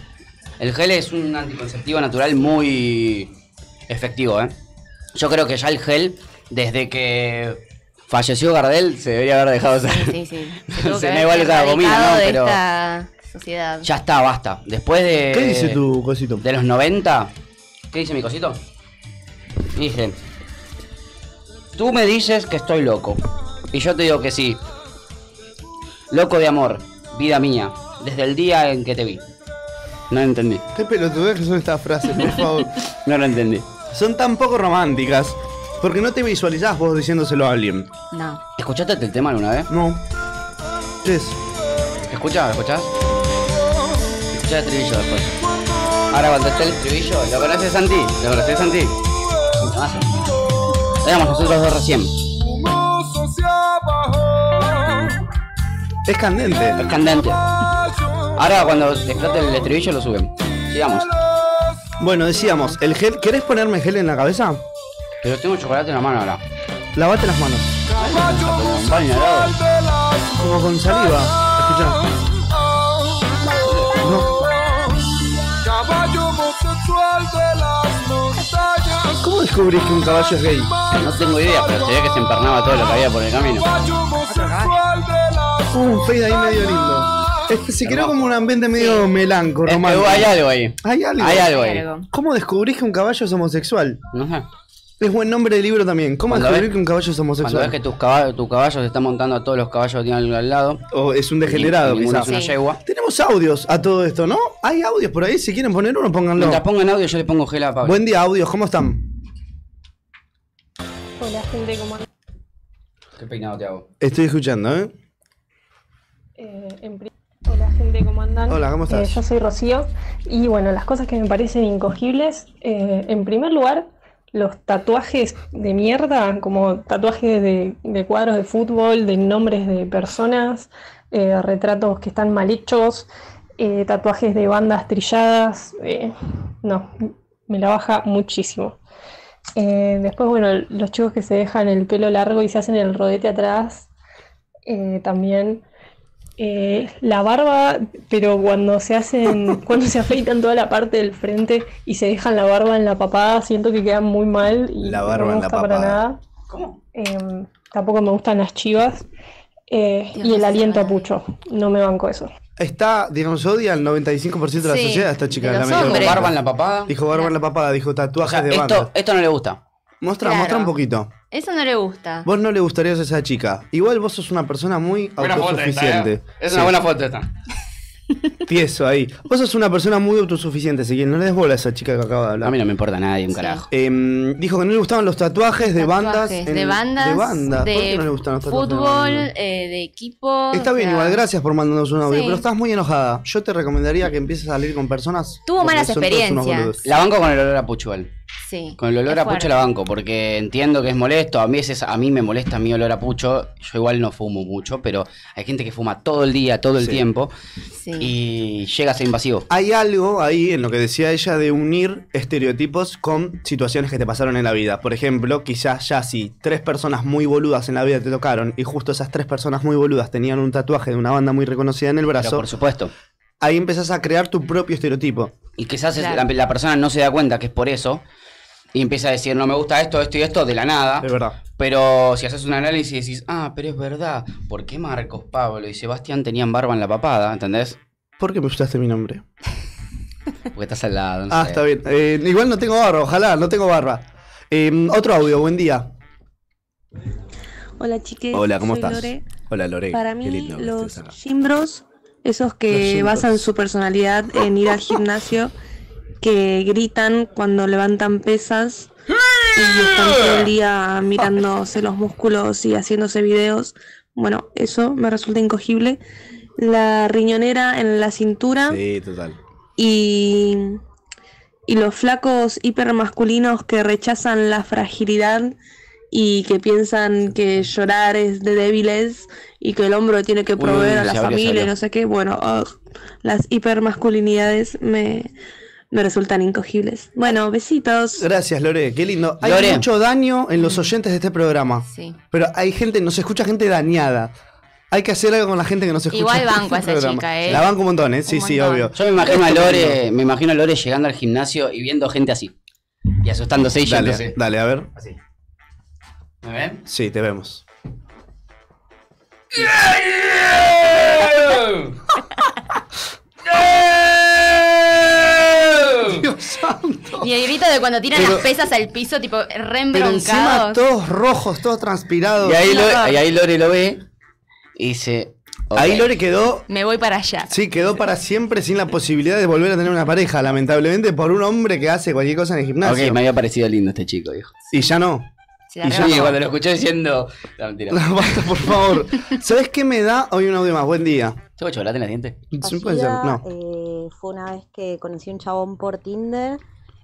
El gel es un anticonceptivo natural muy efectivo, ¿eh? Yo creo que ya el gel, desde que falleció Gardel, se debería haber dejado usar. Sí, sí, sí. Se tuvo que me haber igual esa gomina, erradicado ¿no? de Pero- esta sociedad. Ya está, basta. Después de. ¿Qué dice tu cosito? De los 90. ¿Qué dice mi cosito? Dije. Tú me dices que estoy loco. Y yo te digo que sí. Loco de amor, vida mía, desde el día en que te vi. No lo entendí. Qué pelotudeces son estas frases, por favor. No lo entendí. son tan poco románticas. Porque no te visualizás vos diciéndoselo a alguien. No. ¿Escuchaste el tema alguna vez? No. ¿Qué es? ¿Escuchas? ¿Escuchás? Escuchá el estribillo después. Ahora cuando esté el estribillo, ¿lo conoces Santi? ¿Lo conoces Santi? Temazo. Lo éramos nosotros dos recién. Es candente. Es candente. Ahora cuando explote el estribillo lo suben. Sigamos. Bueno, decíamos, el gel. ¿Querés ponerme gel en la cabeza? Pero tengo chocolate en la mano ahora. Lavate las manos. Un baño al lado. Como con saliva. Escuchá. No. Caballo homosexual de las montañas. ¿Cómo descubrís que un caballo es gay? No tengo idea, pero se ve que se empernaba todo lo que había por el camino. Caballo homosexual de las Hubo un fade ahí medio lindo. Este, se creó como un ambiente medio melanco, Es que romántico. Eh, hay algo ahí. Hay algo. Hay algo Hay ahí. algo. ¿Cómo descubrís que un caballo es homosexual? No sé. Es buen nombre del libro también. ¿Cómo Cuando descubrir ves- que un caballo es Cuando ves homosexual? que tus caballos, tu caballo se está montando a todos los caballos que tienen al lado. O es un degenerado, Ni- ninguno quizás. es una Sí. yegua. Tenemos audios a todo esto, ¿no? Hay audios por ahí. Si quieren poner uno, pónganlo. Mientras pongan audio, yo le pongo gel a Pablo. Buen día, audios. ¿Cómo están? Hola gente, ¿cómo andan? ¿Qué peinado te hago? Estoy escuchando, ¿eh? Eh, en pri- Hola gente, ¿cómo andan? Hola, ¿cómo estás? Eh, yo soy Rocío y bueno, las cosas que me parecen incogibles, eh, en primer lugar, los tatuajes de mierda, como tatuajes de, de cuadros de fútbol, de nombres de personas, eh, retratos que están mal hechos, eh, tatuajes de bandas trilladas, eh, no, me la baja muchísimo. Eh, después, bueno, los chicos que se dejan el pelo largo y se hacen el rodete atrás, eh, también. Eh, la barba, pero cuando se hacen, cuando se afeitan toda la parte del frente y se dejan la barba en la papada, siento que quedan muy mal y La barba no me en la gusta para papada. nada. Eh, tampoco me gustan las chivas. Eh, Dios, y el no aliento a sirve pucho. No me banco eso. Está, digamos, odia al 95% de la Sí, sociedad esta chica. de los lamento. hombres. Barba en la papada. Dijo barba en la papada, dijo O tatuajes sea, de esto, banda. esto no le gusta. Mostra, Claro. mostra un poquito. Eso no le gusta. Vos no le gustarías a esa chica. Igual vos sos una persona muy autosuficiente. Es una Sí, buena foto esta. ¿eh? Tieso ahí. Vos sos una persona muy autosuficiente, así que no le des bola a esa chica que acaba de A hablar. mí no me importa nada, un carajo. Em, dijo que no le gustaban los tatuajes de bandas. Tatuajes, en- de bandas, De bandas. de ¿Por qué no le gustan los tatuajes? de fútbol, banda? eh, de equipo. Está o bien, sea, igual, gracias por mandarnos un audio, Sí. pero estás muy enojada. Yo te recomendaría que empieces a salir con personas. Tuvo porque malas son todos unos experiencias. boludos. La banco con el olor a puchuel. Sí. Con el olor es a pucho fuerte. la banco, porque entiendo que es molesto. A mí, es, a mí me molesta mi olor a pucho. Yo igual no fumo mucho, pero hay gente que fuma todo el día, todo el Sí. tiempo, Sí. y llega a ser invasivo. Hay algo ahí en lo que decía ella de unir estereotipos con situaciones que te pasaron en la vida. Por ejemplo, quizás ya si tres personas muy boludas en la vida te tocaron y justo esas tres personas muy boludas tenían un tatuaje de una banda muy reconocida en el Pero brazo, por supuesto. ahí empezás a crear tu propio estereotipo. Y quizás es- Claro. la, la persona no se da cuenta que es por eso. Y empieza a decir, no me gusta esto, esto y esto, de la nada. Es verdad. Pero si haces un análisis y decís, ah, pero es verdad, ¿por qué Marcos, Pablo y Sebastián tenían barba en la papada? ¿Entendés? ¿Por qué me gustaste mi nombre? Porque estás al lado. no Ah, sé. está bien. Eh, igual no tengo barba, ojalá, no tengo barba. Eh, otro audio, buen día. Hola chiques, Hola, ¿cómo soy estás? Lore. Hola Lore, Para qué mí lindo que los estés acá. gimbros, esos que Los basan gimbros. su personalidad en ir al gimnasio, que gritan cuando levantan pesas y están todo el día mirándose los músculos y haciéndose videos. Bueno, eso me resulta incogible. La riñonera en la cintura Sí, total. y, y los flacos hipermasculinos que rechazan la fragilidad y que piensan que llorar es de débiles y que el hombro tiene que Uy, proveer se a la abrió, se familia y abrió. no sé qué. Bueno, ugh, las hipermasculinidades me, me resultan incogibles. Bueno, besitos. Gracias, Lore, qué lindo. Hay Lore. mucho daño en los oyentes de este programa. Sí. Pero hay gente, nos escucha gente dañada. Hay que hacer algo con la gente que nos escucha. Igual banco a en este esa programa. chica, ¿eh? La banco un montón, ¿eh? Sí, Un sí, montón. obvio. Yo me imagino a Lore, me imagino a Lore llegando al gimnasio y viendo gente así. Y asustándose y Dale, yéndose. dale, a ver. Así. ¿Me ven? Sí, te vemos. Dios santo. Y el grito de cuando tiran Pero- las pesas al piso, tipo, re Pero encima embroncados. todos rojos, todos transpirados. Y ahí, Lo- Lore, y ahí Lore lo ve y dice. "Ok". Ahí Lore quedó Me voy para allá. Sí, quedó para siempre sin la posibilidad de volver a tener una pareja, lamentablemente por un hombre que hace cualquier cosa en el Ok, gimnasio. me había parecido lindo este chico, dijo. Y ya no. Se la Y yo rebajó. cuando lo escuché diciendo. No, mentira. Basta, por favor. ¿Sabes qué me da hoy un audio más? Buen día. ¿Tengo chocolate en los dientes? Sí, puede ser. No. eh, fue una vez que conocí un chabón por Tinder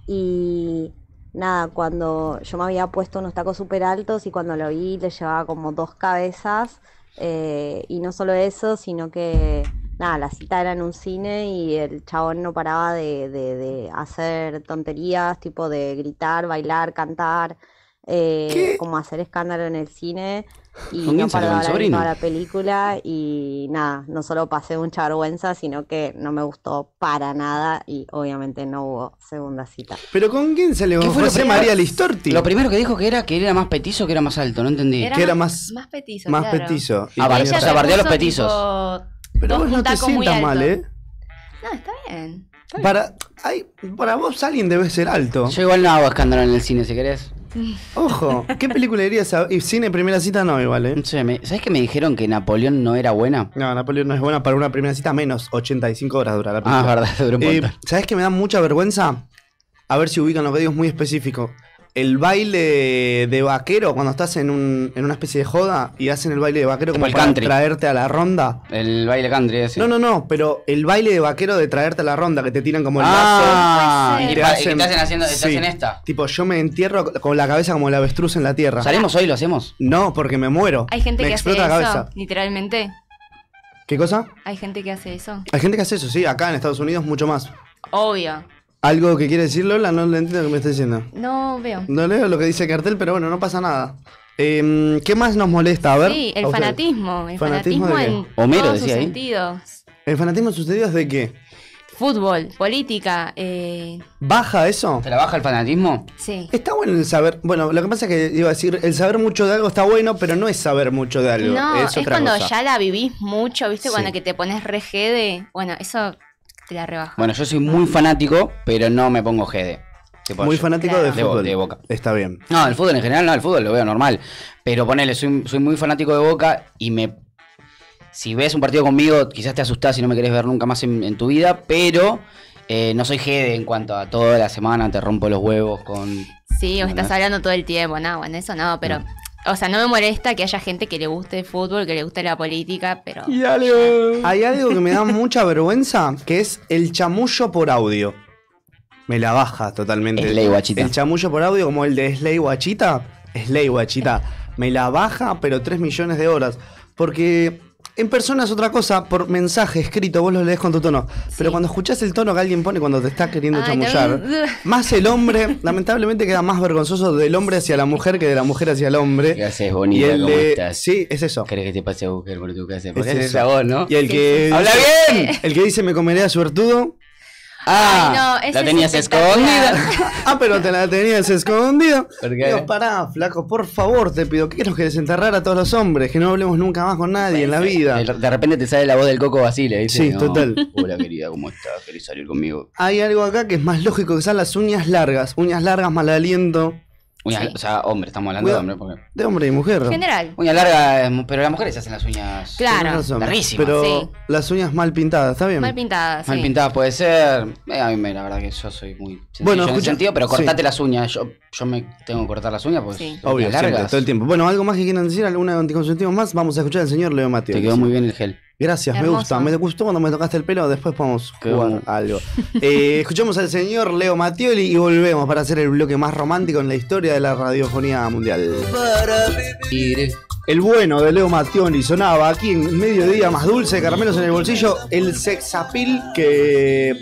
y nada, cuando yo me había puesto unos tacos súper altos y cuando lo vi le llevaba como dos cabezas eh, y no solo eso, sino que nada, la cita era en un cine y el chabón no paraba de, de- de hacer tonterías, tipo de gritar, bailar, cantar. eh, como hacer escándalo en el cine ¿Con y no quién salió? paraba ¿Con de hablar en sobrino? toda la película y nada, no solo pasé mucha vergüenza, sino que no me gustó para nada y obviamente no hubo segunda cita. ¿Pero con quién se le ¿Qué fue lo ofrece primero? María Listorti? Lo primero que dijo que era que él era más petizo o que era más alto, no entendí. que era más- Más petizo, Más claro. petizo. Y Ah, vale, tenía o razón. sea, te bardeó a los puso, petizos. tipo, Pero dos vos no te puntacos muy sientas mal, ¿eh? altos. No, está bien. Para, ay, para vos alguien debe ser alto. Yo igual no hago escándalo en el cine, si querés. Ojo, ¿qué película irías a y cine primera cita? No, igual, ¿eh? No sé, me- ¿sabés que me dijeron que Napoleón no era buena? No, Napoleón no es buena para una primera cita, menos 85 horas dura la película. Ah, es verdad, duró un Eh, montón. ¿Sabes que me da mucha vergüenza? A ver si ubican lo que digo, es muy específico. El baile de vaquero, cuando estás en, un- en una especie de joda y hacen el baile de vaquero Tipo como el para country. traerte a la ronda. El baile country ese. No, no, no, pero el baile de vaquero de traerte a la ronda, que te tiran como el Ah, lazo. y te pa- y que te hacen haciendo- te hacen esta. Tipo, yo me entierro con la cabeza como el avestruz en la tierra. ¿Salimos hoy? ¿Lo hacemos? No, porque me muero. Hay gente me que hace explota eso, la cabeza. literalmente. ¿Qué cosa? Hay gente que hace eso. Hay gente que hace eso, sí, acá en Estados Unidos mucho más. Obvio. ¿Algo que quiere decir Lola? No le entiendo lo que me está diciendo. No veo. No leo lo que dice el cartel, pero bueno, no pasa nada. Em, ¿Qué más nos molesta? A ver. Sí, a el ustedes. fanatismo. El ¿Fanatismo fanatismo, de en Homero todos sus decía ahí. sentidos. ¿El fanatismo sucedido es de qué? Fútbol, política, eh, ¿Baja eso? ¿Te la baja el fanatismo? sí. Está bueno el saber. Bueno, lo que pasa es que iba a decir, el saber mucho de algo está bueno, pero no es saber mucho de algo. No, es es, otra cuando cosa. ya la vivís mucho, ¿viste? Sí. Cuando que te pones re jede. Bueno, eso te la rebaja. Bueno, yo soy muy fanático, pero no me pongo GD. Tipo, Muy yo- fanático de Claro. De Bo- fútbol. de Boca. Está bien. No, el fútbol en general, no, el fútbol lo veo normal. Pero ponele, soy, soy muy fanático de Boca y me. Si ves un partido conmigo, quizás te asustás y no me querés ver nunca más en, en tu vida, pero eh, no soy jede en cuanto a toda la semana te rompo los huevos con. Sí, o Bueno, estás no. hablando todo el tiempo, no, bueno, eso no, pero, No. o sea, no me molesta que haya gente que le guste el fútbol, que le guste la política, pero... Hay algo que me da mucha vergüenza, que es el chamullo por audio. me la baja totalmente. Slay Guachita. El chamullo por audio como el de Slay Guachita, Slay Guachita, me la baja pero 3 millones de horas. Porque en persona es otra cosa, por mensaje escrito vos lo lees con tu tono. Pero cuando escuchás el tono que alguien pone cuando te está queriendo Ay, chamullar, también- más el hombre, lamentablemente queda más vergonzoso del hombre hacia la mujer que de la mujer hacia el hombre. ¿Qué haces, bonita? Eh, Y el ¿Cómo de- estás? Sí, es eso. ¿Querés que te pase a buscar por tu casa? Es Porque es eso. esa voz, ¿no? Y el que. ¡Habla bien! El que dice me comeré a suertudo. ¡Ah! Ay, no, ese la es tenías espectacular. escondida. Ah, pero te la tenías escondida. ¿Por qué? Digo, pará, flaco, por favor, te pido. ¿Qué nos querés enterrar a todos los hombres? Que no hablemos nunca más con nadie en la vida. De de repente te sale la voz del Coco Basile, ¿viste? Sí, No. total. Hola, querida, ¿cómo estás? ¿Querés salir conmigo? Hay algo acá que es más lógico que sean las uñas largas. Uñas largas, mal aliento. Uñas- O sea, hombre, estamos hablando de hombre. Porque... De hombre y mujer. General. Uña larga, eh, pero las mujeres hacen las uñas Claro. Tenés razón. larguísimas, Pero sí. las uñas mal pintadas, ¿está bien? Mal pintada, sí. mal pintadas, puede ser. Eh, a mí, me- la verdad, que yo soy muy sencillo Bueno, en ese escucha- sentido, pero cortate sí. las uñas. Yo, yo me tengo que cortar las uñas porque Sí. son Obvio, uñas largas. siempre, todo el tiempo. Bueno, algo más que quieran decir, alguna anticonceptivo más, vamos a escuchar al señor Leo Mateo. Te quedó muy bien el gel. Gracias, me Hermoso. gusta. Me gustó cuando me tocaste el pelo, después podemos Qué jugar bueno. algo. Eh, escuchamos al señor Leo Mattioli y volvemos para hacer el bloque más romántico en la historia de la radiofonía mundial. El bueno de Leo Mattioli sonaba aquí en Mediodía Más Dulce, Caramelos en el Bolsillo, el sexapil que,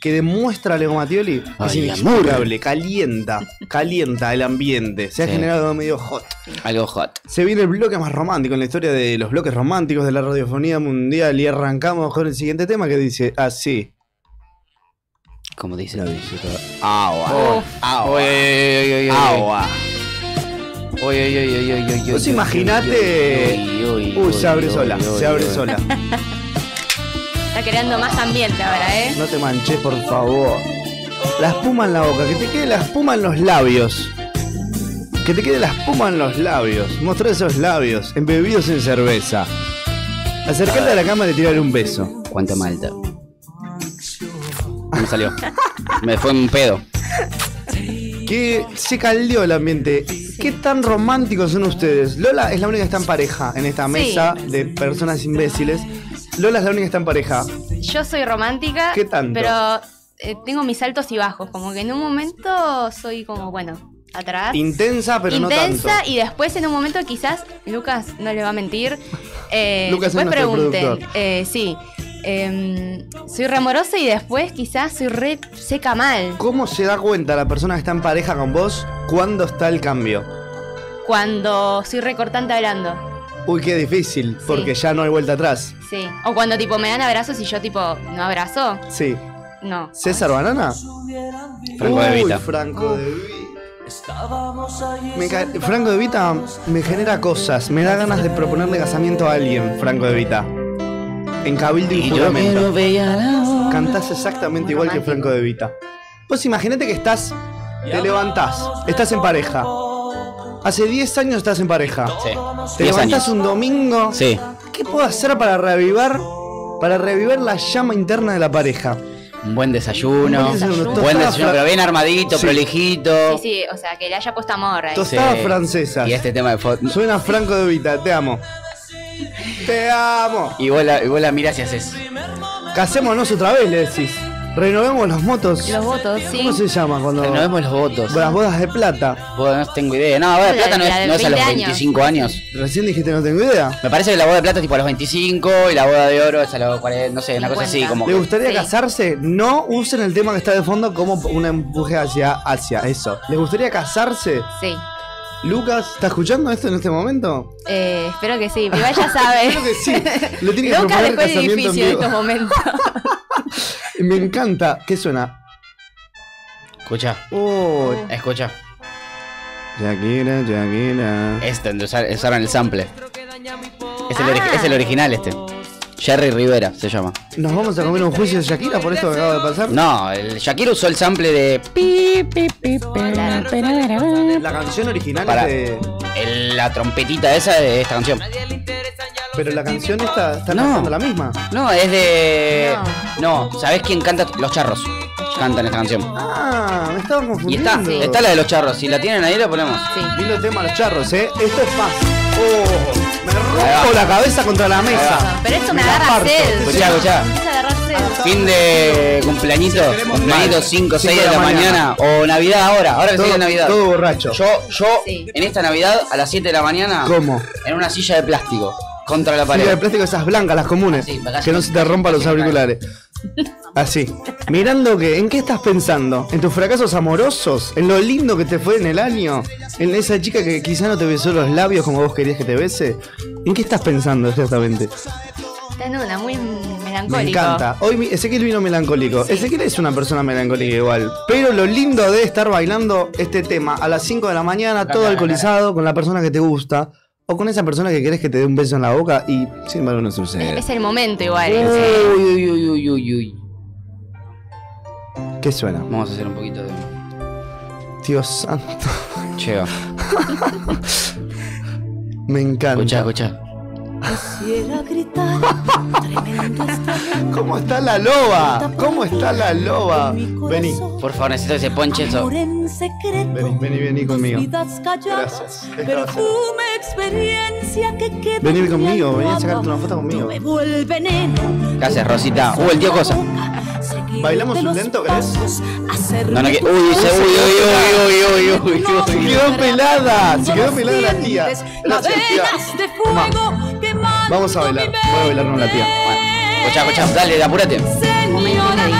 que demuestra Leo Mattioli. Es Ay, inexplicable, calienta, calienta el ambiente. Se ha Sí. generado medio hot. Algo hot. Se viene el bloque más romántico en la historia de los bloques románticos de la radiofonía mundial y arrancamos con el siguiente tema que dice así. Como dice. Agua. Agua. Oye, Ah, oye, oye, oye, oye. Agua. Ah, Oye, oye, oye, oye, oye, oye, Vos oye, imaginate- oye, oye, oye, Uy, se abre oye, sola, oye, se abre oye. sola. Está creando más ambiente ahora, ¿eh? No te manches, por favor. La espuma en la boca, que te quede la espuma en los labios. Que te quede la espuma en los labios. Mostrar esos labios, embebidos en cerveza. Acercate a la cama de tirar un beso. Cuánta malta. No me salió. Me fue un pedo. Que se caldeó el ambiente. ¿Qué tan románticos son ustedes? Lola es la única que está en pareja en esta mesa de personas imbéciles. Lola es la única que está en pareja. Yo soy romántica. ¿Qué tanto? Pero eh, tengo mis altos y bajos. Como que en un momento soy como, bueno, atrás. Intensa, pero no intensa tanto. y después en un momento quizás Lucas no le va a mentir eh, Lucas es después nuestro pregunten productor. eh, sí em, soy remorosa y después quizás soy re seca mal ¿Cómo se da cuenta la persona que está en pareja con vos cuando está el cambio? cuando soy recortante hablando Uy, qué difícil, porque ya no hay vuelta atrás. sí o cuando tipo me dan abrazos y yo tipo no abrazo Sí. no ¿César Banana? Franco de Uy, Vita. Franco de Vita. Me ca- Franco de Vita me genera cosas. Me da ganas de proponerle casamiento a alguien, Franco de Vita. En Cabildo y Juramento. Cantás exactamente igual que Franco de Vita. Vos imaginate que estás. Te levantás. Estás en pareja. Hace 10 años estás en pareja. Sí. Te 10 levantás años. un domingo. Sí. ¿Qué puedo hacer para reavivar? Para reavivar la llama interna de la pareja. Un buen desayuno. Un buen desayuno, Un tostada buen desayuno, fra- pero bien armadito, Sí. prolijito. Oh. sí sí o sea que le haya puesto amor ahí. Tostadas Sí. francesas. Y este tema de foto. Suena Franco de Vita, te amo. Te amo. Y vos la, y vos la mirás y haces. Casémonos otra vez, le decís. Renovemos los motos. los votos sí ¿Cómo se llama cuando.? Renovemos los votos. Las bodas de plata. Vos no tengo idea. No, boda de La- plata no la es, de no es a los 20 años. 25 años. Recién dijiste, no tengo idea. Me parece que la boda de plata es tipo a los 25 y la boda de oro es a los 40, no sé, una cosa así. 50. Como ¿Le que- gustaría Sí. casarse? No usen el tema que está de fondo como un empuje hacia, hacia eso. ¿Les gustaría casarse? sí Lucas, ¿está escuchando esto en este momento? Eh, espero que sí pero ya sabe Creo que sí. Le tiene que proponer Lucas dejó el casamiento en edificio en vivo. estos momentos Me encanta. ¿Qué suena? Escucha, Oh, escucha. Shakira, Shakira. Este, donde usar- usaron el sample. Es el, ori- es el original este. Jerry Rivera se llama. ¿Nos vamos a comer un juicio de Shakira por esto que acaba de pasar? No, el Shakira usó el sample de. pi, pi, pi, pa, pa, ra, ra. La canción original Pará. es de... El- la trompetita esa de esta canción. Pero la canción esta está No. cantando la misma. No, es de. No, ¿sabés quién canta? Los charros. Cantan esta canción. Ah, me estaba Y está, confundiendo. está la de los charros. Si la tienen ahí, la ponemos. Dilo tema a los charros, eh. Esto es paz. Oh, me rompo la cabeza contra la mesa. pero esto me la agarra parto. sed Escuchá, escuchá. Empieza a agarrar Fin de cumpleañito, cumpleañito Cinco 5, 6 de la mañana. o Navidad ahora, ahora que Todo- sigue Navidad. todo borracho. Yo, yo, en esta Navidad, a las 7 de la mañana, ¿Cómo? en una silla de plástico, contra la Fibra de pared. plástico esas blancas, las Ah, comunes. Sí, acá que no sí. se te rompan los Sí, auriculares. Así. Mirando que, ¿en qué estás pensando? ¿En tus fracasos amorosos? ¿En lo lindo que te fue en el año? ¿En esa chica que quizá no te besó los labios como vos querías que te bese? ¿En qué estás pensando exactamente? Está en una muy melancólico. Me encanta. Hoy mi- Ezequiel vino melancólico. Ezequiel es una persona melancólica igual. Pero lo lindo de estar bailando este tema a las 5 de la mañana, todo alcoholizado, con la persona que te gusta. O con esa persona que querés que te dé un beso en la boca y sin embargo no sucede. Es el momento igual. Uy, uy, uy, uy, uy, uy. ¿Qué suena? Vamos a hacer un poquito de Dios santo. cheo. Me encanta. Escucha, escucha. ¿Cómo está la loba? ¿Cómo está la loba? Vení, Por favor, necesito ese ponche eso. en secreto. vení, vení, vení conmigo. Vidas calladas, Gracias. perfume, experiencia que queda. Vení en mi conmigo, vení a sacarte almohada. una foto conmigo. Me vuelve veneno. Gracias, Rosita. Uh, el tío Cosa. ¿Bailamos un lento, querés? No, no, que. Uy, dice, uy, uy, uy, uy, uy, uy, Se uy. quedó pelada, se quedó pelada la tía. Gracias, tía. Laderas de fuego quemando Vamos a bailar, mi voy a bailar con la tía. pues Escucha, escucha, dale, apúrate. Señora ¿eh?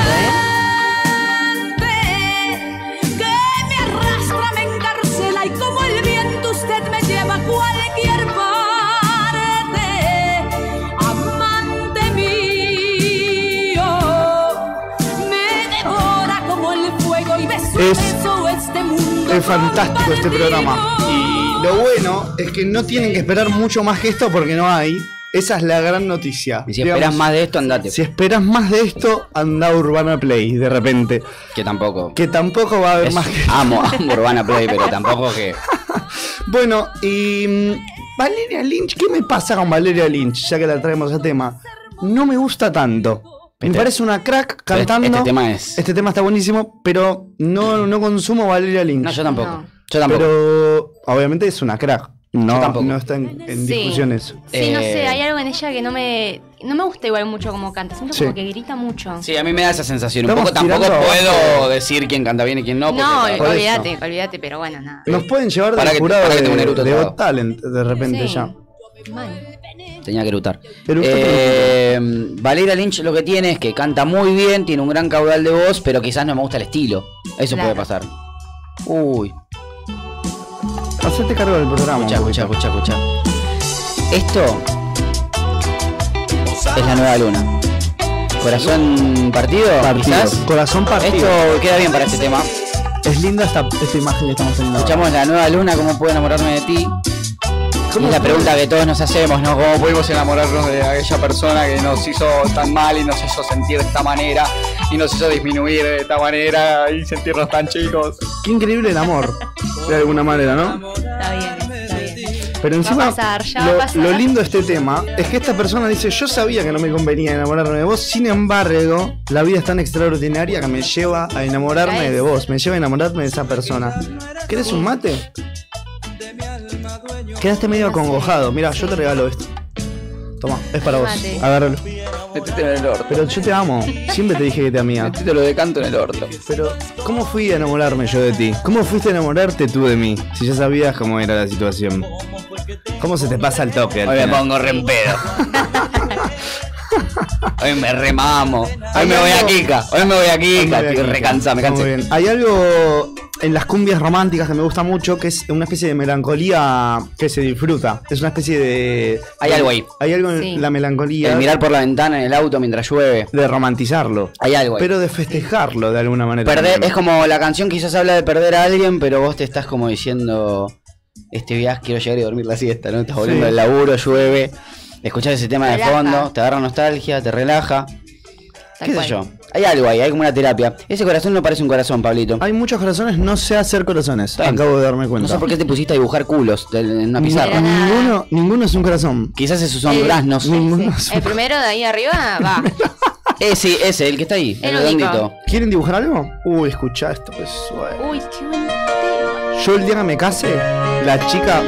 verde, que me arrastra, me encarcela y como el viento usted me lleva a cualquier parte. Amante mío, me devora como el fuego y me suceso este mundo. Es fantástico este programa. Y Y lo bueno es que no tienen que esperar mucho más que esto porque no hay. Esa es la gran noticia. Y si Digamos, esperas más de esto, andate. si esperas más de esto, anda a Urbana Play de repente. Que tampoco. Que tampoco va a haber Es- más que Amo, amo Urbana Play, pero tampoco que. Bueno, y mm, Valeria Lynch, ¿qué me pasa con Valeria Lynch? Ya que la traemos a tema. No me gusta tanto. Me Este- parece una crack pero cantando. este tema es- Este tema está buenísimo, pero no, no consumo Valeria Lynch. No, yo tampoco. No. Yo tampoco. pero obviamente es una crack. No, tampoco. no está en, en Sí. discusión eso. Sí, no Eh, sé, hay algo en ella que no me no me gusta igual mucho como canta. Siento Sí. como que grita mucho. Sí, a mí me da esa sensación. Un Estamos poco tampoco tirando puedo abajo. decir quién canta bien y quién no. porque no, cada- por eso. olvídate, olvídate, pero bueno, nada. Nos pueden llevar Para del que- jurado para que de, tengo un eructo de atado. Got Talent de repente Sí. ya. Mal. Tenía que eructar. Eructa, Eh, Valeria Lynch lo que tiene es que canta muy bien, tiene un gran caudal de voz, pero quizás no me gusta el estilo. Eso Claro. puede pasar. Uy, Hacete cargo del programa. escucha, un poquito. escucha, escucha, escucha. Esto es la nueva luna. Corazón partido, Partido, quizás. Corazón partido. Esto queda bien para este tema. Es linda esta, esta imagen que estamos teniendo. ahora. Escuchamos la nueva luna, ¿cómo puedo enamorarme de ti? Y es la pregunta que todos nos hacemos, ¿no? ¿Cómo pudimos enamorarnos de aquella persona que nos hizo tan mal y nos hizo sentir de esta manera y nos hizo disminuir de esta manera y sentirnos tan chicos? Qué increíble el amor, de alguna manera, ¿no? Está bien, está bien. Pero encima, Va a pasar, ya va a lo, pasar. lo lindo de este tema es que esta persona dice, yo sabía que no me convenía enamorarme de vos, sin embargo, la vida es tan extraordinaria que me lleva a enamorarme de vos, me lleva a enamorarme de esa persona. ¿Querés un mate? Quedaste medio acongojado, mira, yo te regalo esto. Toma, es para vos, Mate. agárralo. Métete en el orto. Pero yo te amo, siempre te dije que te amía. Métete lo de canto en el orto. Pero, ¿cómo fui a enamorarme yo de ti? ¿Cómo fuiste a enamorarte tú de mí? Si ya sabías cómo era la situación. ¿Cómo se te pasa el toque? al Hoy me final? pongo re en pedo. Hoy me remamo. Hoy me voy a Kika. Hoy me voy a Kika. Muy bien, Estoy recansado, me muy cansé. bien. Hay algo en las cumbias románticas que me gusta mucho, que es una especie de melancolía que se disfruta. Es una especie de... Hay algo ahí. Hay algo en Sí. la melancolía El mirar por la ventana en el auto mientras llueve. de romantizarlo. Hay algo ahí. Pero de festejarlo de alguna manera. Perder, también. es como la canción quizás habla de perder a alguien, pero vos te estás como diciendo, este viaje quiero llegar y dormir la siesta, ¿no? Estás volviendo Sí. del laburo, llueve, escuchás ese tema de Relaja. fondo, te agarra nostalgia, te relaja, Tal qué cual. sé yo. Hay algo ahí, hay como una terapia. Ese corazón no parece un corazón, Pablito. Hay muchos corazones, no sé hacer corazones. Está bien. Acabo de darme No cuenta. sé por qué te pusiste a dibujar culos de- en una Era pizarra. nada. Ninguno, ninguno es un corazón. Quizás esos son Eh, duraznos. Ninguno es un- El primero de ahí arriba va. Ese, Eh, ese, el que está ahí, el, El único. redondito. ¿Quieren dibujar algo? Uy, escuchá esto, pues suave. Uy, qué buen tema. Yo el día que me case, la chica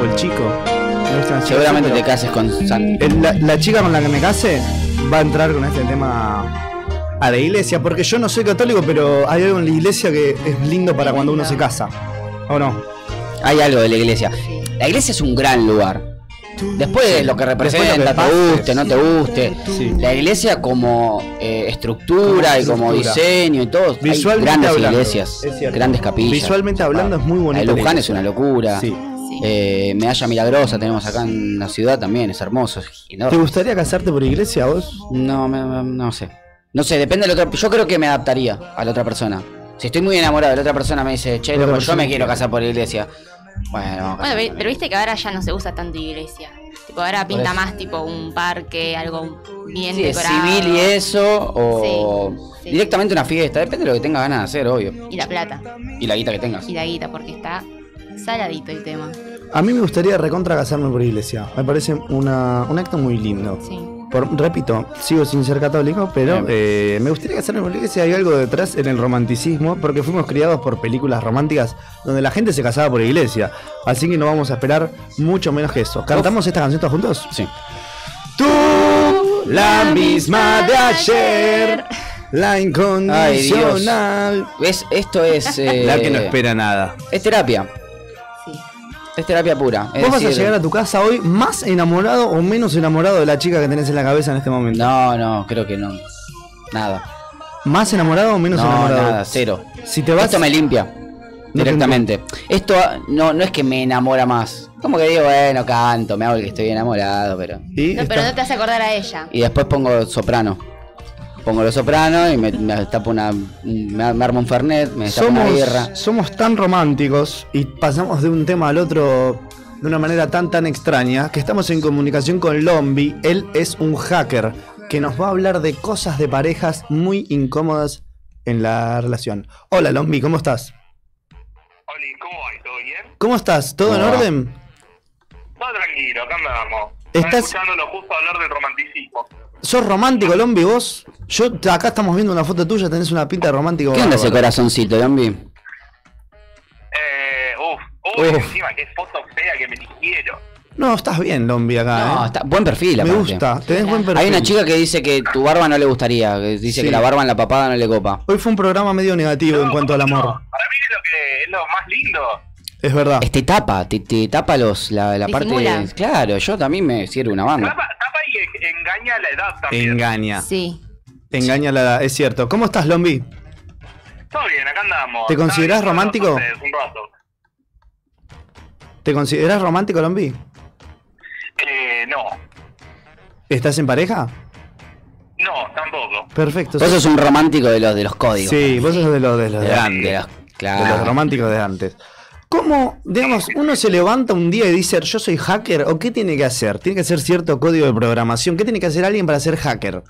o el chico. no sé, no sé, Seguramente pero- te cases con Santi. el- la, la chica con la que me case va a entrar con este tema a la iglesia, porque yo no soy católico, pero hay algo en la iglesia que es lindo para cuando uno se casa. ¿O no? Hay algo de la iglesia. La iglesia es un gran lugar. Después de lo que representa, Después te lo que guste, no te guste. La iglesia como eh, estructura Como y como estructura. diseño y todo. Hay Visualmente grandes hablando, iglesias, es cierto. grandes capillas. Visualmente hablando es muy La bonito. de Luján es una locura. Sí. Eh, Medalla Milagrosa tenemos acá en la ciudad también, es hermoso. es ¿Te enorme. gustaría casarte por iglesia vos? No, me- me- no sé. No sé, depende de la otra. Yo creo que me adaptaría a la otra persona. Si estoy muy enamorado de la otra persona, me dice, che, otra loco, yo persona me que- quiero casar por la iglesia. Bueno, Bueno, ve- pero viste que ahora ya no se usa tanto iglesia. Tipo, ahora pinta eso. más tipo un parque, algo bien sí, es decorado. civil y eso, o sí. directamente una fiesta, depende de lo que tengas ganas de hacer, obvio. Y la plata. Y la guita que tengas. Y la guita, porque está saladito el tema. A mí me gustaría recontra casarme por iglesia. Me parece una, un acto muy lindo. Sí. Por- repito, sigo sin ser católico, pero Bien. eh, me gustaría casarme por iglesia. Hay algo detrás en el romanticismo, porque fuimos criados por películas románticas donde la gente se casaba por iglesia. Así que no vamos a esperar mucho menos que eso. ¿Cantamos esta canción todos juntos? Sí. Tú, la misma de ayer, la incondicional. ¿Ves? Esto es. eh, La que no espera nada. Es terapia. Sí. Es terapia pura. es Vos vas a decir, llegar a tu casa hoy más enamorado o menos enamorado de la chica que tenés en la cabeza en este momento. No, no, creo que no. Nada. ¿Más enamorado o menos No, enamorado? nada, cero. Si te vas. Esto me limpia. te Directamente. Esto ah, no, no es que me enamora más. Como que digo, bueno, canto, me hago el que estoy enamorado, pero. Y No, pero está- no te hace acordar a ella. Y después pongo soprano. Pongo los soprano y me, me tapo una. Me, me armo un fernet, me tapo una birra. somos, somos tan románticos y pasamos de un tema al otro de una manera tan tan extraña que estamos en comunicación con Lombi. Él es un hacker que nos va a hablar de cosas de parejas muy incómodas en la relación. Hola Lombi, ¿cómo estás? Oli, ¿cómo va? ¿Todo bien? ¿Cómo estás? ¿Todo ¿Cómo en va? orden? Todo tranquilo, acá andamos. Estás- escuchándolo justo hablar del romanticismo. ¿Sos romántico, Lombi, vos? Yo acá estamos viendo una foto tuya, tenés una pinta de romántico. ¿Qué onda ese bárbaro. corazoncito, Lombi? Eh, uf, uy, Uf. encima, qué foto fea que me eligieron. No, estás bien, Lombi, acá. No, eh. está, buen perfil, Me aparte. gusta, tenés buen perfil. Hay una chica que dice que tu barba no le gustaría, que dice Sí. que la barba en la papada no le copa. Hoy fue un programa medio negativo en No, cuanto al no, amor. para mí es lo, que, es lo más lindo. Es verdad. Este tapa, te, te tapa los, la, la parte. Disimula. Claro, yo también me sirve una banda. Tapa, tapa y en- engaña la edad también. Engaña. Sí. Te engaña la edad, es cierto. ¿Cómo estás, Lombi? Todo bien, acá andamos. ¿Te considerás Estaba romántico? hablando con ustedes Un rato. ¿Te consideras romántico, Lombi? Eh, no, ¿Estás en pareja? no, tampoco. Perfecto. Vos sos un romántico de los, de los códigos. Sí, vos sos de los de los, De de los- antes, de los- de los claro. románticos de antes. ¿Cómo, digamos, uno se levanta un día y dice, yo soy hacker? ¿O qué tiene que hacer? ¿Tiene que hacer cierto código de programación? ¿Qué tiene que hacer alguien para ser hacker?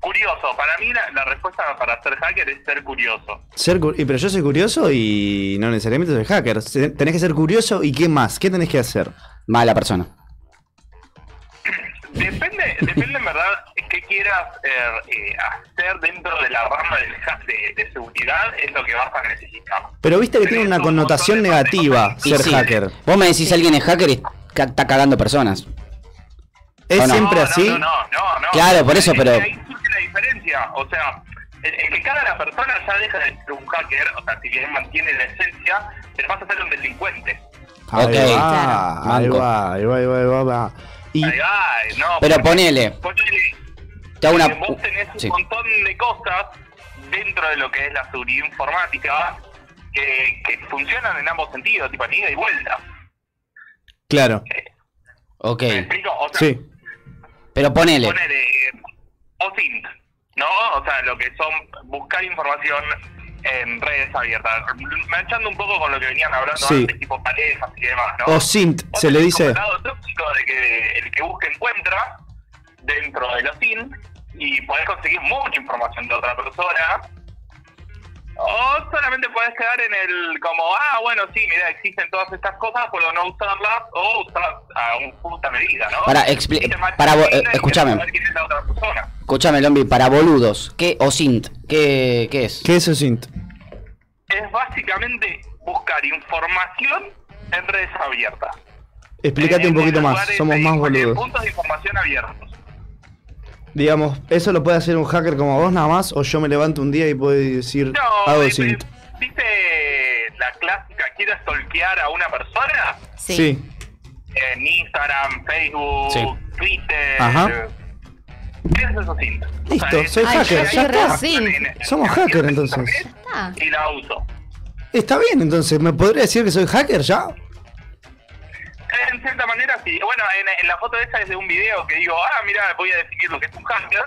Curioso, para mí la, la respuesta para ser hacker es ser curioso. Ser cu- y, pero yo soy curioso y no necesariamente soy hacker. Se- Tenés que ser curioso y qué más, qué tenés que hacer. Mala persona. Depende, depende en verdad qué quieras eh, eh, hacer dentro de la rama del hack de, de seguridad es lo que vas a necesitar. Pero viste que tiene una Tenés un connotación montón de negativa cosas. Y ser sí, hacker. Vos me decís alguien es hacker y ca- está cagando personas. ¿Es ¿O no? siempre No, así? No, no, no, no. Claro, por eso, Es que pero- Ahí surge la diferencia. O sea, el, el que caga a la persona ya deja de ser un hacker, o sea, si bien mantiene la esencia, pero vas a ser un delincuente. Ahí Ok. va, ahí Manco. va, ahí va, ahí va, ahí va, ahí va. Y Ahí va, no. Pero porque- ponele, Ponele, te hago una. Vos tenés un Sí. montón de cosas dentro de lo que es la seguridad informática que, que funcionan en ambos sentidos, tipo en ida y vuelta. claro, Ok. ¿Me explico? O sea, sí. Pero ponele. poner OSINT, ¿no? O sea, lo que son buscar información en redes abiertas. Manchando un poco con lo que venían hablando Sí. antes, tipo parejas y demás, ¿no? O sint, Vos se le tenés dice. como el lado tóxico de que el que busca encuentra dentro de los SIN y podés conseguir mucha información de otra persona. O solamente podés quedar en el como, ah, bueno, sí, mira, existen todas estas cosas, puedo no usarlas o usarlas a un justa medida, ¿no? Para, expli- Y te matan para vo- la vida eh, y te escúchame. matan quién es la otra persona. Escuchame, Lombi, para boludos. ¿Qué? O Sint. ¿Qué, qué es? ¿Qué es o sint? Es básicamente buscar información en redes abiertas. Explícate En- un en poquito más, lugares somos de- más en boludos. puntos de información abiertos. Digamos, ¿eso lo puede hacer un hacker como vos nada más? ¿O yo me levanto un día y puedo decir No, hago eh, sync? eh, ¿viste la clásica quieres solquear a una persona? Sí. En Instagram, Facebook, Sí. Twitter. Ajá. Eso es Sync. Listo, soy Ay, hacker. yo ya soy está. re sync. Somos hacker entonces. Y la uso. Está bien, entonces, ¿me podría decir que soy hacker ya? Eh, En cierta manera, sí. Bueno, en, en la foto esa es de un video que digo, ah, mira, voy a definir lo que es un hacker.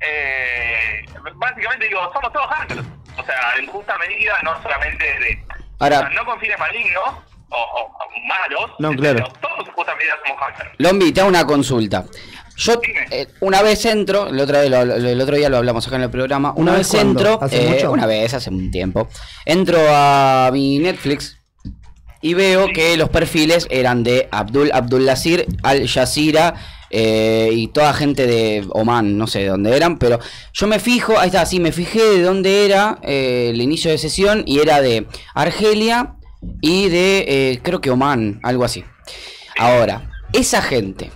Eh, básicamente digo, somos todos hackers. O sea, en justa medida, no solamente de. Ahora- o sea, no con fines malignos o, o- o malos. No, claro. pero Todos en justa medida somos hackers. Lombi, te hago una consulta. Yo eh, una vez entro, el otro, día lo- lo- el otro día lo hablamos acá en el programa, una, ¿Una vez, vez cuándo? entro, ¿Hace eh, mucho? una vez, hace un tiempo, entro a mi Netflix y veo que los perfiles eran de Abdul Abdul Nasir, Al Jazeera eh, y toda gente de Oman, no sé de dónde eran, pero yo me fijo, ahí está, sí, me fijé de dónde era eh, el inicio de sesión y era de Argelia y de, eh, creo que Oman, algo así. Ahora, esa gente,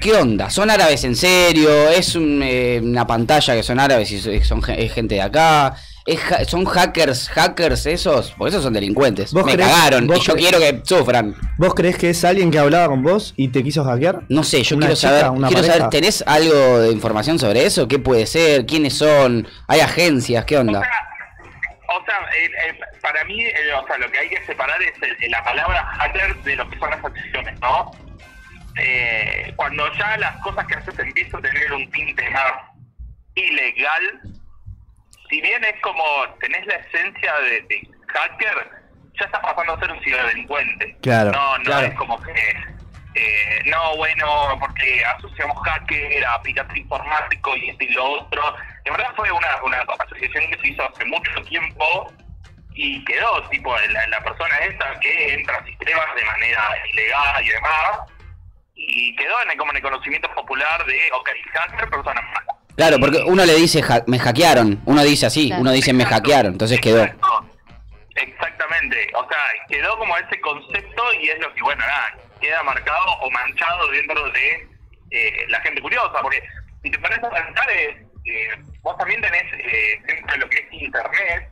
¿qué onda? ¿Son árabes en serio? ¿Es un, eh, una pantalla que son árabes y so- son gen- es gente de acá? ¿Es ha- ¿Son hackers, hackers esos? Porque esos son delincuentes. ¿Vos Me creés- cagaron vos y yo creés- quiero que sufran. ¿Vos crees que es alguien que hablaba con vos y te quiso hackear? No sé, yo ¿Una quiero chica, saber, una quiero pareja? saber, ¿tenés algo de información sobre eso? ¿Qué puede ser? ¿Quiénes son? ¿Hay agencias? ¿Qué onda? O sea, eh, eh, para mí, eh, o sea, lo que hay que separar es el- la palabra hacker de lo que son las acciones, ¿no? Eh, cuando ya las cosas que haces empiezan a tener un tinte más ilegal, si bien es como tenés la esencia de, de hacker, ya estás pasando a ser un ciberdelincuente. Claro, No, no claro. es como que. eh, no, bueno, porque asociamos hacker a pirata informático y esto y lo otro. De verdad fue una, una asociación que se hizo hace mucho tiempo y quedó, tipo, la, la persona esta que entra a sistemas de manera ilegal y demás. Y quedó en el, como en el conocimiento popular de, ok, hacker, persona mala. Claro, porque uno le dice, "Ja- me hackearon. Uno dice así, Claro. uno dice, me hackearon. Entonces quedó. Exactamente, o sea, quedó como ese concepto y es lo que, bueno, nada, queda marcado o manchado dentro de eh, la gente curiosa, porque si te pones a pensar, es, eh, vos también tenés eh, dentro de lo que es Internet,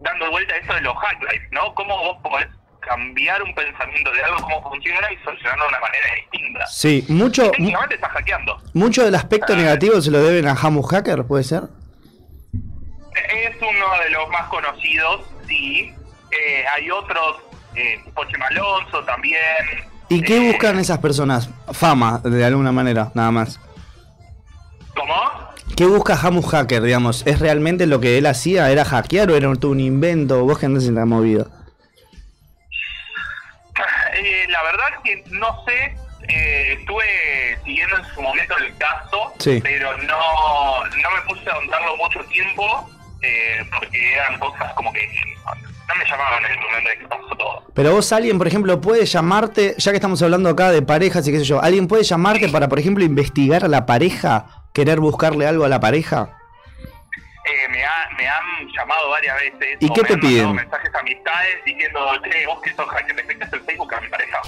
dando vuelta a eso de los hacklights, ¿no? Cómo vos podés cambiar un pensamiento de algo, cómo funciona y solucionarlo de una manera distinta. Sí, mucho, mu- Técnicamente estás hackeando. mucho del aspecto negativo se lo deben a Hamu Hacker, ¿puede ser? Es uno de los más conocidos, sí. Eh, hay otros, eh, Pochema Alonso también. Eh, ¿Y qué buscan esas personas? Fama, de alguna manera, nada más. ¿Cómo? ¿Qué busca Hamu Hacker, digamos? ¿Es realmente lo que él hacía? ¿Era hackear o era todo un invento? ¿Vos qué andás en la movida? Eh, la verdad es que no sé, eh, estuve siguiendo en su momento el caso, Sí. pero no, no me puse a ahondarlo mucho tiempo, eh, porque eran cosas como que no me llamaban en el momento de que pasó todo. Pero vos, alguien, por ejemplo, puede llamarte, ya que estamos hablando acá de parejas y qué sé yo, ¿alguien puede llamarte para, por ejemplo, investigar a la pareja? ¿Querer buscarle algo a la pareja? Eh, me, ha- me han llamado varias veces. ¿Y o qué me te han mandado piden? mensajes a amistades diciendo, che, vos que sos hacker, te metes el Facebook a mi pareja.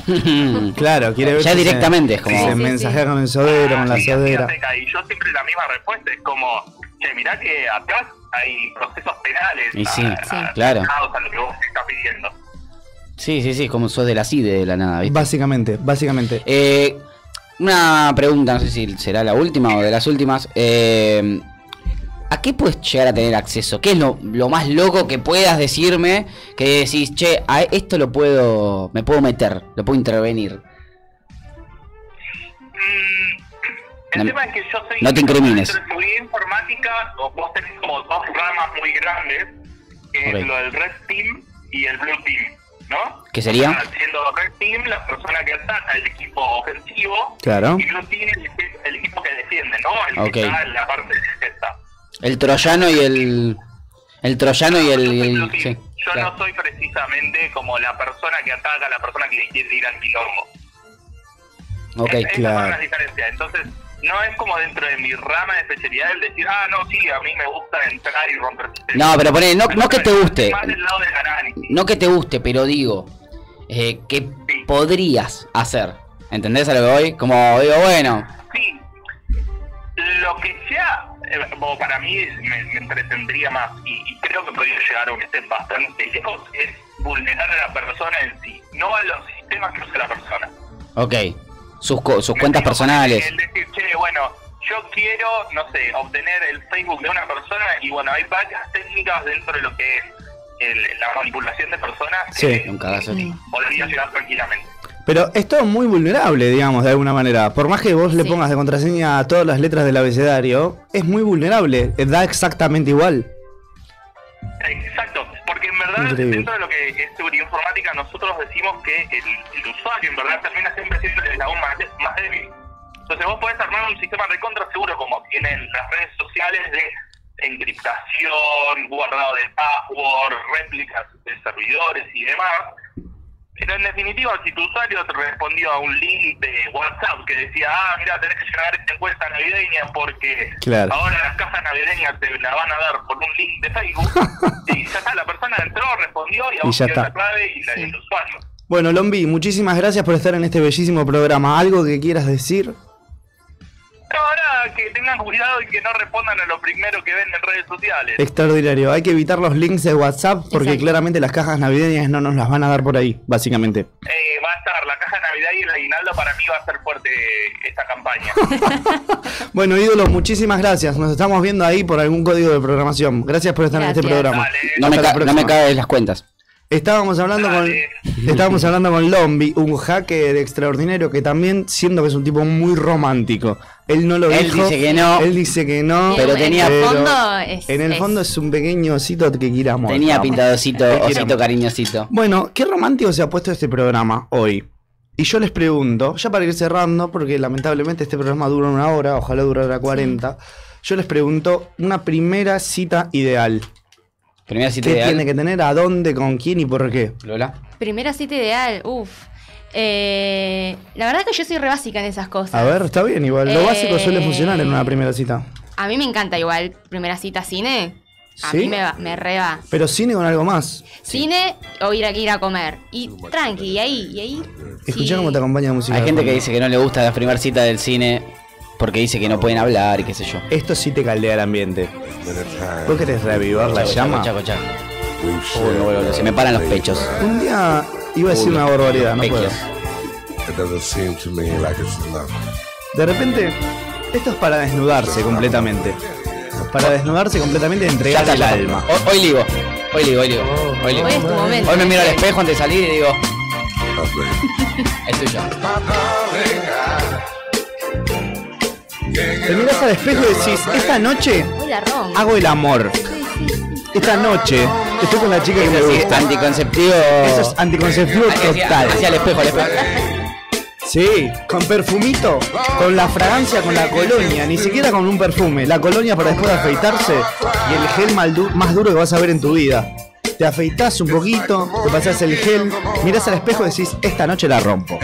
claro, quiere ver Ya si se- directamente, es si como- se Sí, sí, sí. mensajea con el sodero, con la Sí, así sodera. acerca, Y yo siempre la misma respuesta, es como, che, mirá que atrás hay procesos penales. Y a- sí, a- sí, claro. A lo que vos estás pidiendo. Sí, sí, sí, como sos de la CIDE E, de la nada, ¿viste? Básicamente, básicamente. Eh, una pregunta, no sé si será la última o de las últimas. eh, ¿A qué puedes llegar a tener acceso? ¿Qué es lo, lo más loco que puedas decirme que decís, che, a esto lo puedo, me puedo meter, lo puedo intervenir? Mm. El No- tema es que yo soy. no te incrimines. Entre seguridad informática, o- vos tenés como dos ramas muy grandes: que Ok. es lo del Red Team y el Blue Team, ¿no? ¿Qué sería? O sea, Siendo Red Team la persona que ataca el equipo ofensivo. Claro. Y Blue Team el, que- el equipo que defiende, ¿no? El Ok. que está en la parte defensa. El troyano y el... El troyano y el... y el- sí, Yo no soy precisamente como la persona que ataca, la persona que le quiere ir al quilombo. ok, Esas son las diferencias. Entonces, no es como dentro de mi rama de especialidad el decir, ah, no, sí, a mí me gusta entrar y romper sistemas". No, pero poné, no- no que te guste. Más del lado del análisis. No que te guste, pero digo, eh, que podrías hacer. ¿Entendés a lo que voy? Como digo, bueno, Sí. lo que sea, eh, como para mí me, me entretendría más y, y creo que podría llegar a un step bastante lejos, es vulnerar a la persona en sí, no a los sistemas que usa la persona. Ok. Sus, co- sus cuentas personales. El decir, che, bueno, yo quiero, no sé, obtener el Facebook de una persona y bueno, hay varias técnicas dentro de lo que es el- la manipulación de personas eh, Sí. que Un cagazo. podría llegar tranquilamente. Pero esto es muy vulnerable, digamos, de alguna manera. Por más que vos le pongas de contraseña a todas las letras del abecedario, es muy vulnerable. Eh, Da exactamente igual. Exacto, porque en verdad Increíble. dentro de lo que es seguridad informática nosotros decimos que el, el usuario en verdad termina siempre siendo el aún más, más débil. Entonces vos podés armar un sistema recontra seguro como tienen las redes sociales de encriptación, guardado de password, réplicas de servidores y demás. Pero en definitiva, si tu usuario te respondió a un link de WhatsApp que decía, ah, mira, tenés que llenar esta encuesta navideña porque Claro. ahora las cajas navideñas te la van a dar por un link de Facebook, y ya está, la persona entró, respondió y a Y vos ya dio la está. clave y la del usuario. Bueno, Lombi, muchísimas gracias por estar en este bellísimo programa. ¿Algo que quieras decir? No, nada, que tengan cuidado y que no respondan a lo primero que ven en redes sociales. Extraordinario. Hay que evitar los links de WhatsApp porque Exacto. claramente las cajas navideñas no nos las van a dar por ahí, básicamente. Eh, va a estar la caja de Navidad y el aguinaldo para mí va a ser fuerte esta campaña. Bueno, ídolos, muchísimas gracias. Nos estamos viendo ahí por algún código de programación. Gracias por estar en este Gracias. programa. Dale. No Hasta me la ca- no próxima. me cagues las cuentas. Estábamos hablando con estábamos hablando con Lombi, un hacker extraordinario que también siento que es un tipo muy romántico. Él no lo Él dijo. dice que no. Él dice que no. Pero tenía- pero En el fondo es- en el es- fondo es un pequeño osito que quiramos. Tenía pintadocito, osito cariñosito. Bueno, qué romántico se ha puesto este programa hoy. Y yo les pregunto, ya para ir cerrando, porque lamentablemente este programa dura una hora, ojalá durara 40. Yo les pregunto, una primera cita ideal. Primera cita ¿Qué ideal? tiene que tener? ¿A dónde? ¿Con quién y por qué? Lola. Primera cita ideal, uff. Eh, la verdad que yo soy re básica en esas cosas. A ver, está bien, igual. Lo básico suele Eh, funcionar en una primera cita. A mí me encanta igual, primera cita cine. A ¿Sí? mí me, va- me re va. Pero cine con algo más. Cine o ir a, ir a comer. Y tranqui, y ahí, y ahí. Escuchá cómo te acompaña la música. Hay de gente que fondo. dice que no le gusta la primera cita del cine porque dice que no pueden hablar y qué sé yo. Esto sí te caldea el ambiente. ¿Vos querés reavivar la Chaco, llama? chaco, chaco. Uy, no, boludo, se me paran los pechos. Un día iba a decir una barbaridad, no puedo. Pechos. De repente, esto es para desnudarse completamente. Para desnudarse completamente y entregar Ya el está, ya alma. está. Hoy- Hoy ligo, hoy ligo, hoy ligo. Hoy, ligo. Hoy es tu momento. Hoy me miro al espejo antes de salir y digo. Es tuyo. Te mirás al espejo y decís, esta noche Uy, la rom. hago el amor. Esta noche estoy con la chica que me Eso sí, gusta. anticonceptivo. Ah, Eso es anticonceptivo Hacia- total. Hacia el espejo, al espejo. Sí, con perfumito, con la fragancia, con la colonia, ni siquiera con un perfume. La colonia para después afeitarse y el gel mal du- más duro que vas a ver en tu vida. Te afeitas un poquito, te pasas el gel, mirás al espejo y decís, esta noche la rompo.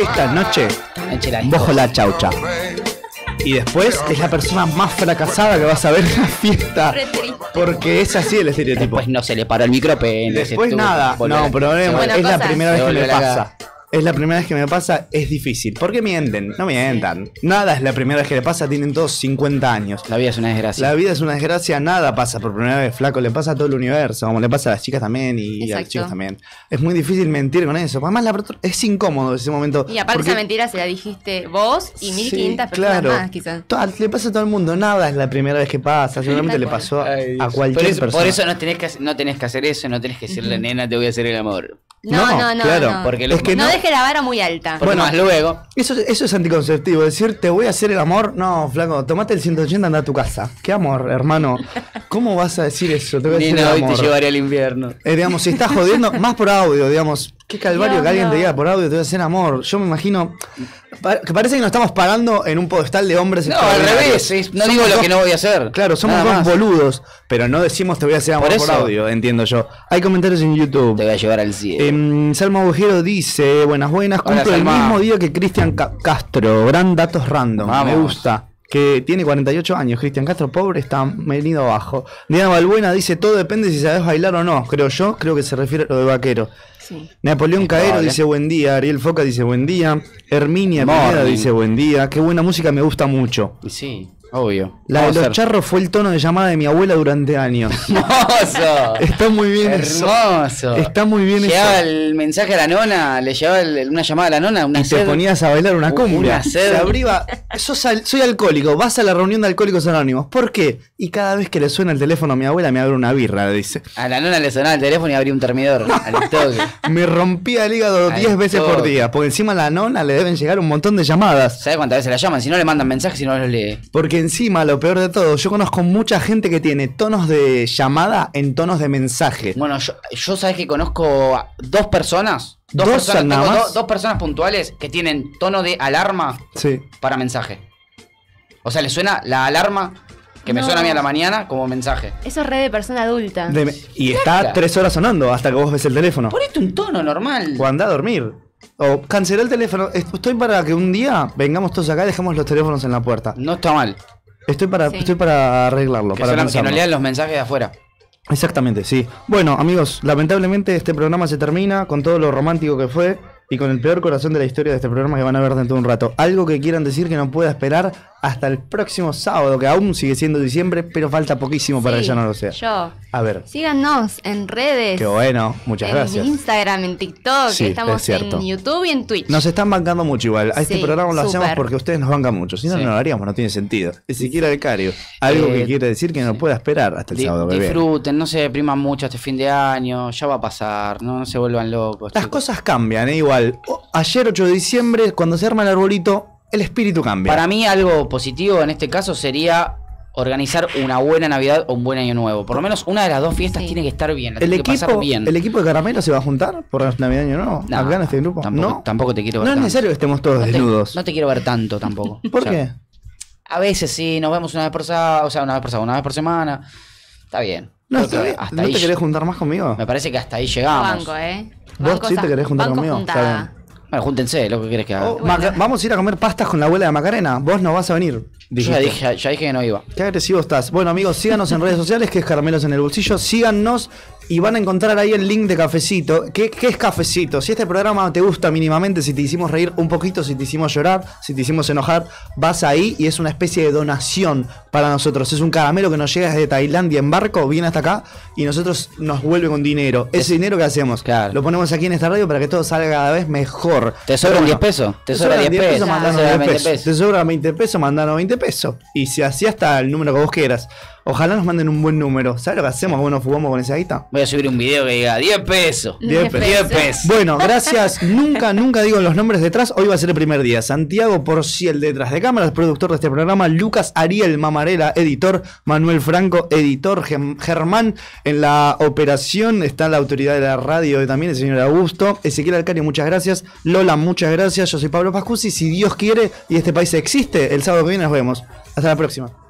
Esta noche Noche la disco. bojo la chaucha. Y después es la persona más fracasada que vas a ver en la fiesta. Porque es así el estereotipo. Después no se le para el micropene. Después se tuvo que nada, volver a- no, problema, Bueno, es la cosas. primera Se vez que volvió me la cara. pasa. Es la primera vez que me pasa, es difícil. ¿Por qué mienten? No mientan. Nada es la primera vez que le pasa, tienen todos 50 años. La vida es una desgracia. La vida es una desgracia, nada pasa por primera vez, flaco, le pasa a todo el universo, como le pasa a las chicas también y a los Exacto. chicos también. Es muy difícil mentir con eso. Además, la, es incómodo ese momento. Y aparte porque- esa mentira se la dijiste vos y 1500 Sí, personas claro. más, quizás. To- Le pasa a todo el mundo, nada es la primera vez que pasa, seguramente le pasó a, Ay, a Dios. cualquier por eso, persona. Por eso no tenés, que, hacer- no tenés que hacer eso, no tenés que decirle, nena, te voy a hacer el amor. No, no, no. claro, no. porque lo- es que no, no, deje la vara muy alta. Porque Bueno. más luego. Eso, eso es anticonceptivo, decir te voy a hacer el amor, no, flaco, tomate el 180 anda a tu casa. ¿Qué amor, hermano? ¿Cómo vas a decir eso? Te voy a hacer Nena, el hoy te amor. llevaré al invierno. Eh, digamos, si estás jodiendo, más por audio, digamos. Qué calvario Dios, que alguien te no. diga por audio, te voy a hacer amor. Yo me imagino. pa- que parece que nos estamos parando en un podestal de hombres. No, al extraordinarios. revés. es- no Somos digo lo dos- que no voy a hacer. Claro, somos Nada dos más. boludos, pero no decimos te voy a hacer amor Por por, eso. audio, entiendo yo. Hay comentarios en YouTube. Te voy a llevar al cielo. Em, Salma Agujero dice, buenas, buenas, Hola, cumplo el Salma. mismo día que Cristian Ca- Castro, gran datos random, me Vamos. gusta. Que tiene 48 años, Cristian Castro, pobre, está venido abajo. Diana Balbuena dice, todo depende si sabes bailar o no, creo yo, creo que se refiere a lo de vaquero. Napoleón Caero probable. dice buen día, Ariel Foca dice buen día, Herminia Pineda Morning. dice buen día, qué buena música, me gusta mucho. Sí, obvio. La de Vamos a los hacer. charros fue el tono de llamada de mi abuela durante años. Hermoso. Está muy bien eso. Hermoso. Está muy bien Llegaba eso. el mensaje a la nona, le llegaba el- una llamada a la nona, una Y te sed. ponías a bailar una u- cumbia. una sed. Se abría- sos al- soy alcohólico, vas a la reunión de alcohólicos anónimos. ¿Por qué? Y cada vez que le suena el teléfono a mi abuela me abre una birra, dice. A la nona le sonaba el teléfono y abría un termidor al toque. Me rompía el hígado Al 10 veces por toque. día, porque encima a la nona le deben llegar un montón de llamadas. ¿Sabes cuántas veces la llaman? Si no le mandan mensajes, si no los lee. Porque encima, lo peor de todo, yo conozco mucha gente que tiene tonos de llamada en tonos de mensaje. Bueno, yo, yo sabes que conozco a dos personas. Dos, ¿Dos personas, nada tengo más? do- dos personas puntuales que tienen tono de alarma Sí. para mensaje. O sea, le suena la alarma que me No. suena a mí a la mañana como mensaje. Eso es red de persona adulta. De- y está tres horas sonando hasta que vos ves el teléfono. Ponete un tono normal. O anda a dormir. O cancelá el teléfono. Est- Estoy para que un día vengamos todos acá y dejamos los teléfonos en la puerta. No está mal. Estoy para, Sí. estoy para arreglarlo, Que, para suena- que no pensarlo. lean los mensajes de afuera. Exactamente, sí. Bueno, amigos, lamentablemente este programa se termina con todo lo romántico que fue y con el peor corazón de la historia de este programa que van a ver dentro de un rato. Algo que quieran decir que no pueda esperar hasta el próximo sábado, que aún sigue siendo diciembre, pero falta poquísimo para que Sí, ya no lo sea. Yo. A ver, Síganos en redes. qué bueno, muchas en gracias. Instagram, en TikTok, Sí, es estamos cierto. en YouTube y en Twitch. Nos están bancando mucho igual. A este Sí, programa lo hacemos súper. porque ustedes nos bancan mucho. Si no, Sí. no lo haríamos, no tiene sentido. Ni siquiera el cario. Algo Eh, que quiere decir que no pueda esperar hasta el Di- sábado, bebé. disfruten, no se depriman mucho este fin de año. Ya va a pasar, no, no se vuelvan locos. Las chicos. cosas cambian, ¿eh? Igual. O- ayer, 8 de diciembre, cuando se arma el arbolito, el espíritu cambia. Para mí algo positivo en este caso sería organizar una buena Navidad o un buen Año Nuevo. Por lo menos una de las dos fiestas Sí. tiene que estar bien, la el tiene que pasar equipo, bien. el equipo de caramelo se va a juntar por Navidad y Año Nuevo. No, acá en este grupo. tampoco, no, tampoco te quiero no ver es tanto. necesario que estemos todos No te- desnudos. No te quiero ver tanto tampoco. ¿Por O sea, qué? A veces sí, nos vemos una vez por sábado, o sea, una vez por sábado, una vez por semana. Está bien. No, Creo que está bien. hasta ¿No ahí te querés juntar más conmigo? Me parece que hasta ahí Yo llegamos. banco, ¿eh? Vos Banco sí te esa- querés juntar banco conmigo, está juntada. bien. Bueno, júntense, lo que querés que haga. Oh, Maca- vamos a ir a comer pastas con la abuela de Macarena. Vos no vas a venir. Yo ya dijiste. dije, ya dije que no iba. Qué agresivo estás. Bueno, amigos, síganos en redes sociales, que es Caramelos en el Bolsillo. Síganos y van a encontrar ahí el link de Cafecito. ¿Qué, qué es Cafecito? Si este programa te gusta mínimamente, si te hicimos reír un poquito, si te hicimos llorar, si te hicimos enojar, vas ahí y es una especie de donación para nosotros. Es un caramelo que nos llega desde Tailandia en barco, viene hasta acá y nosotros nos vuelve con dinero. Ese dinero que hacemos, Claro. lo ponemos aquí en esta radio para que todo salga cada vez mejor. ¿Te sobran Pero 10 pesos? ¿Te te sobran sobran 10 pesos? mandanos ¿Te 10 sobran 20 pesos. pesos? Te sobran 20 pesos, mandanos 20 pesos. Y si así hasta el número que vos quieras. Ojalá nos manden un buen número. ¿Sabes lo que hacemos? Bueno, jugamos con esa guita. Voy a subir un video que diga 10 pesos. 10 pesos. 10 pesos. Bueno, gracias. nunca, nunca digo los nombres detrás. Hoy va a ser el primer día. Santiago Porciel detrás de cámaras, productor de este programa. Lucas Ariel Mamarela, editor. Manuel Franco, editor. Gem- Germán, en la operación está la autoridad de la radio y también el señor Augusto. Ezequiel Alcario, muchas gracias. Lola, muchas gracias. Yo soy Pablo Pascusi. Si Dios quiere y este país existe, el sábado que viene nos vemos. Hasta la próxima.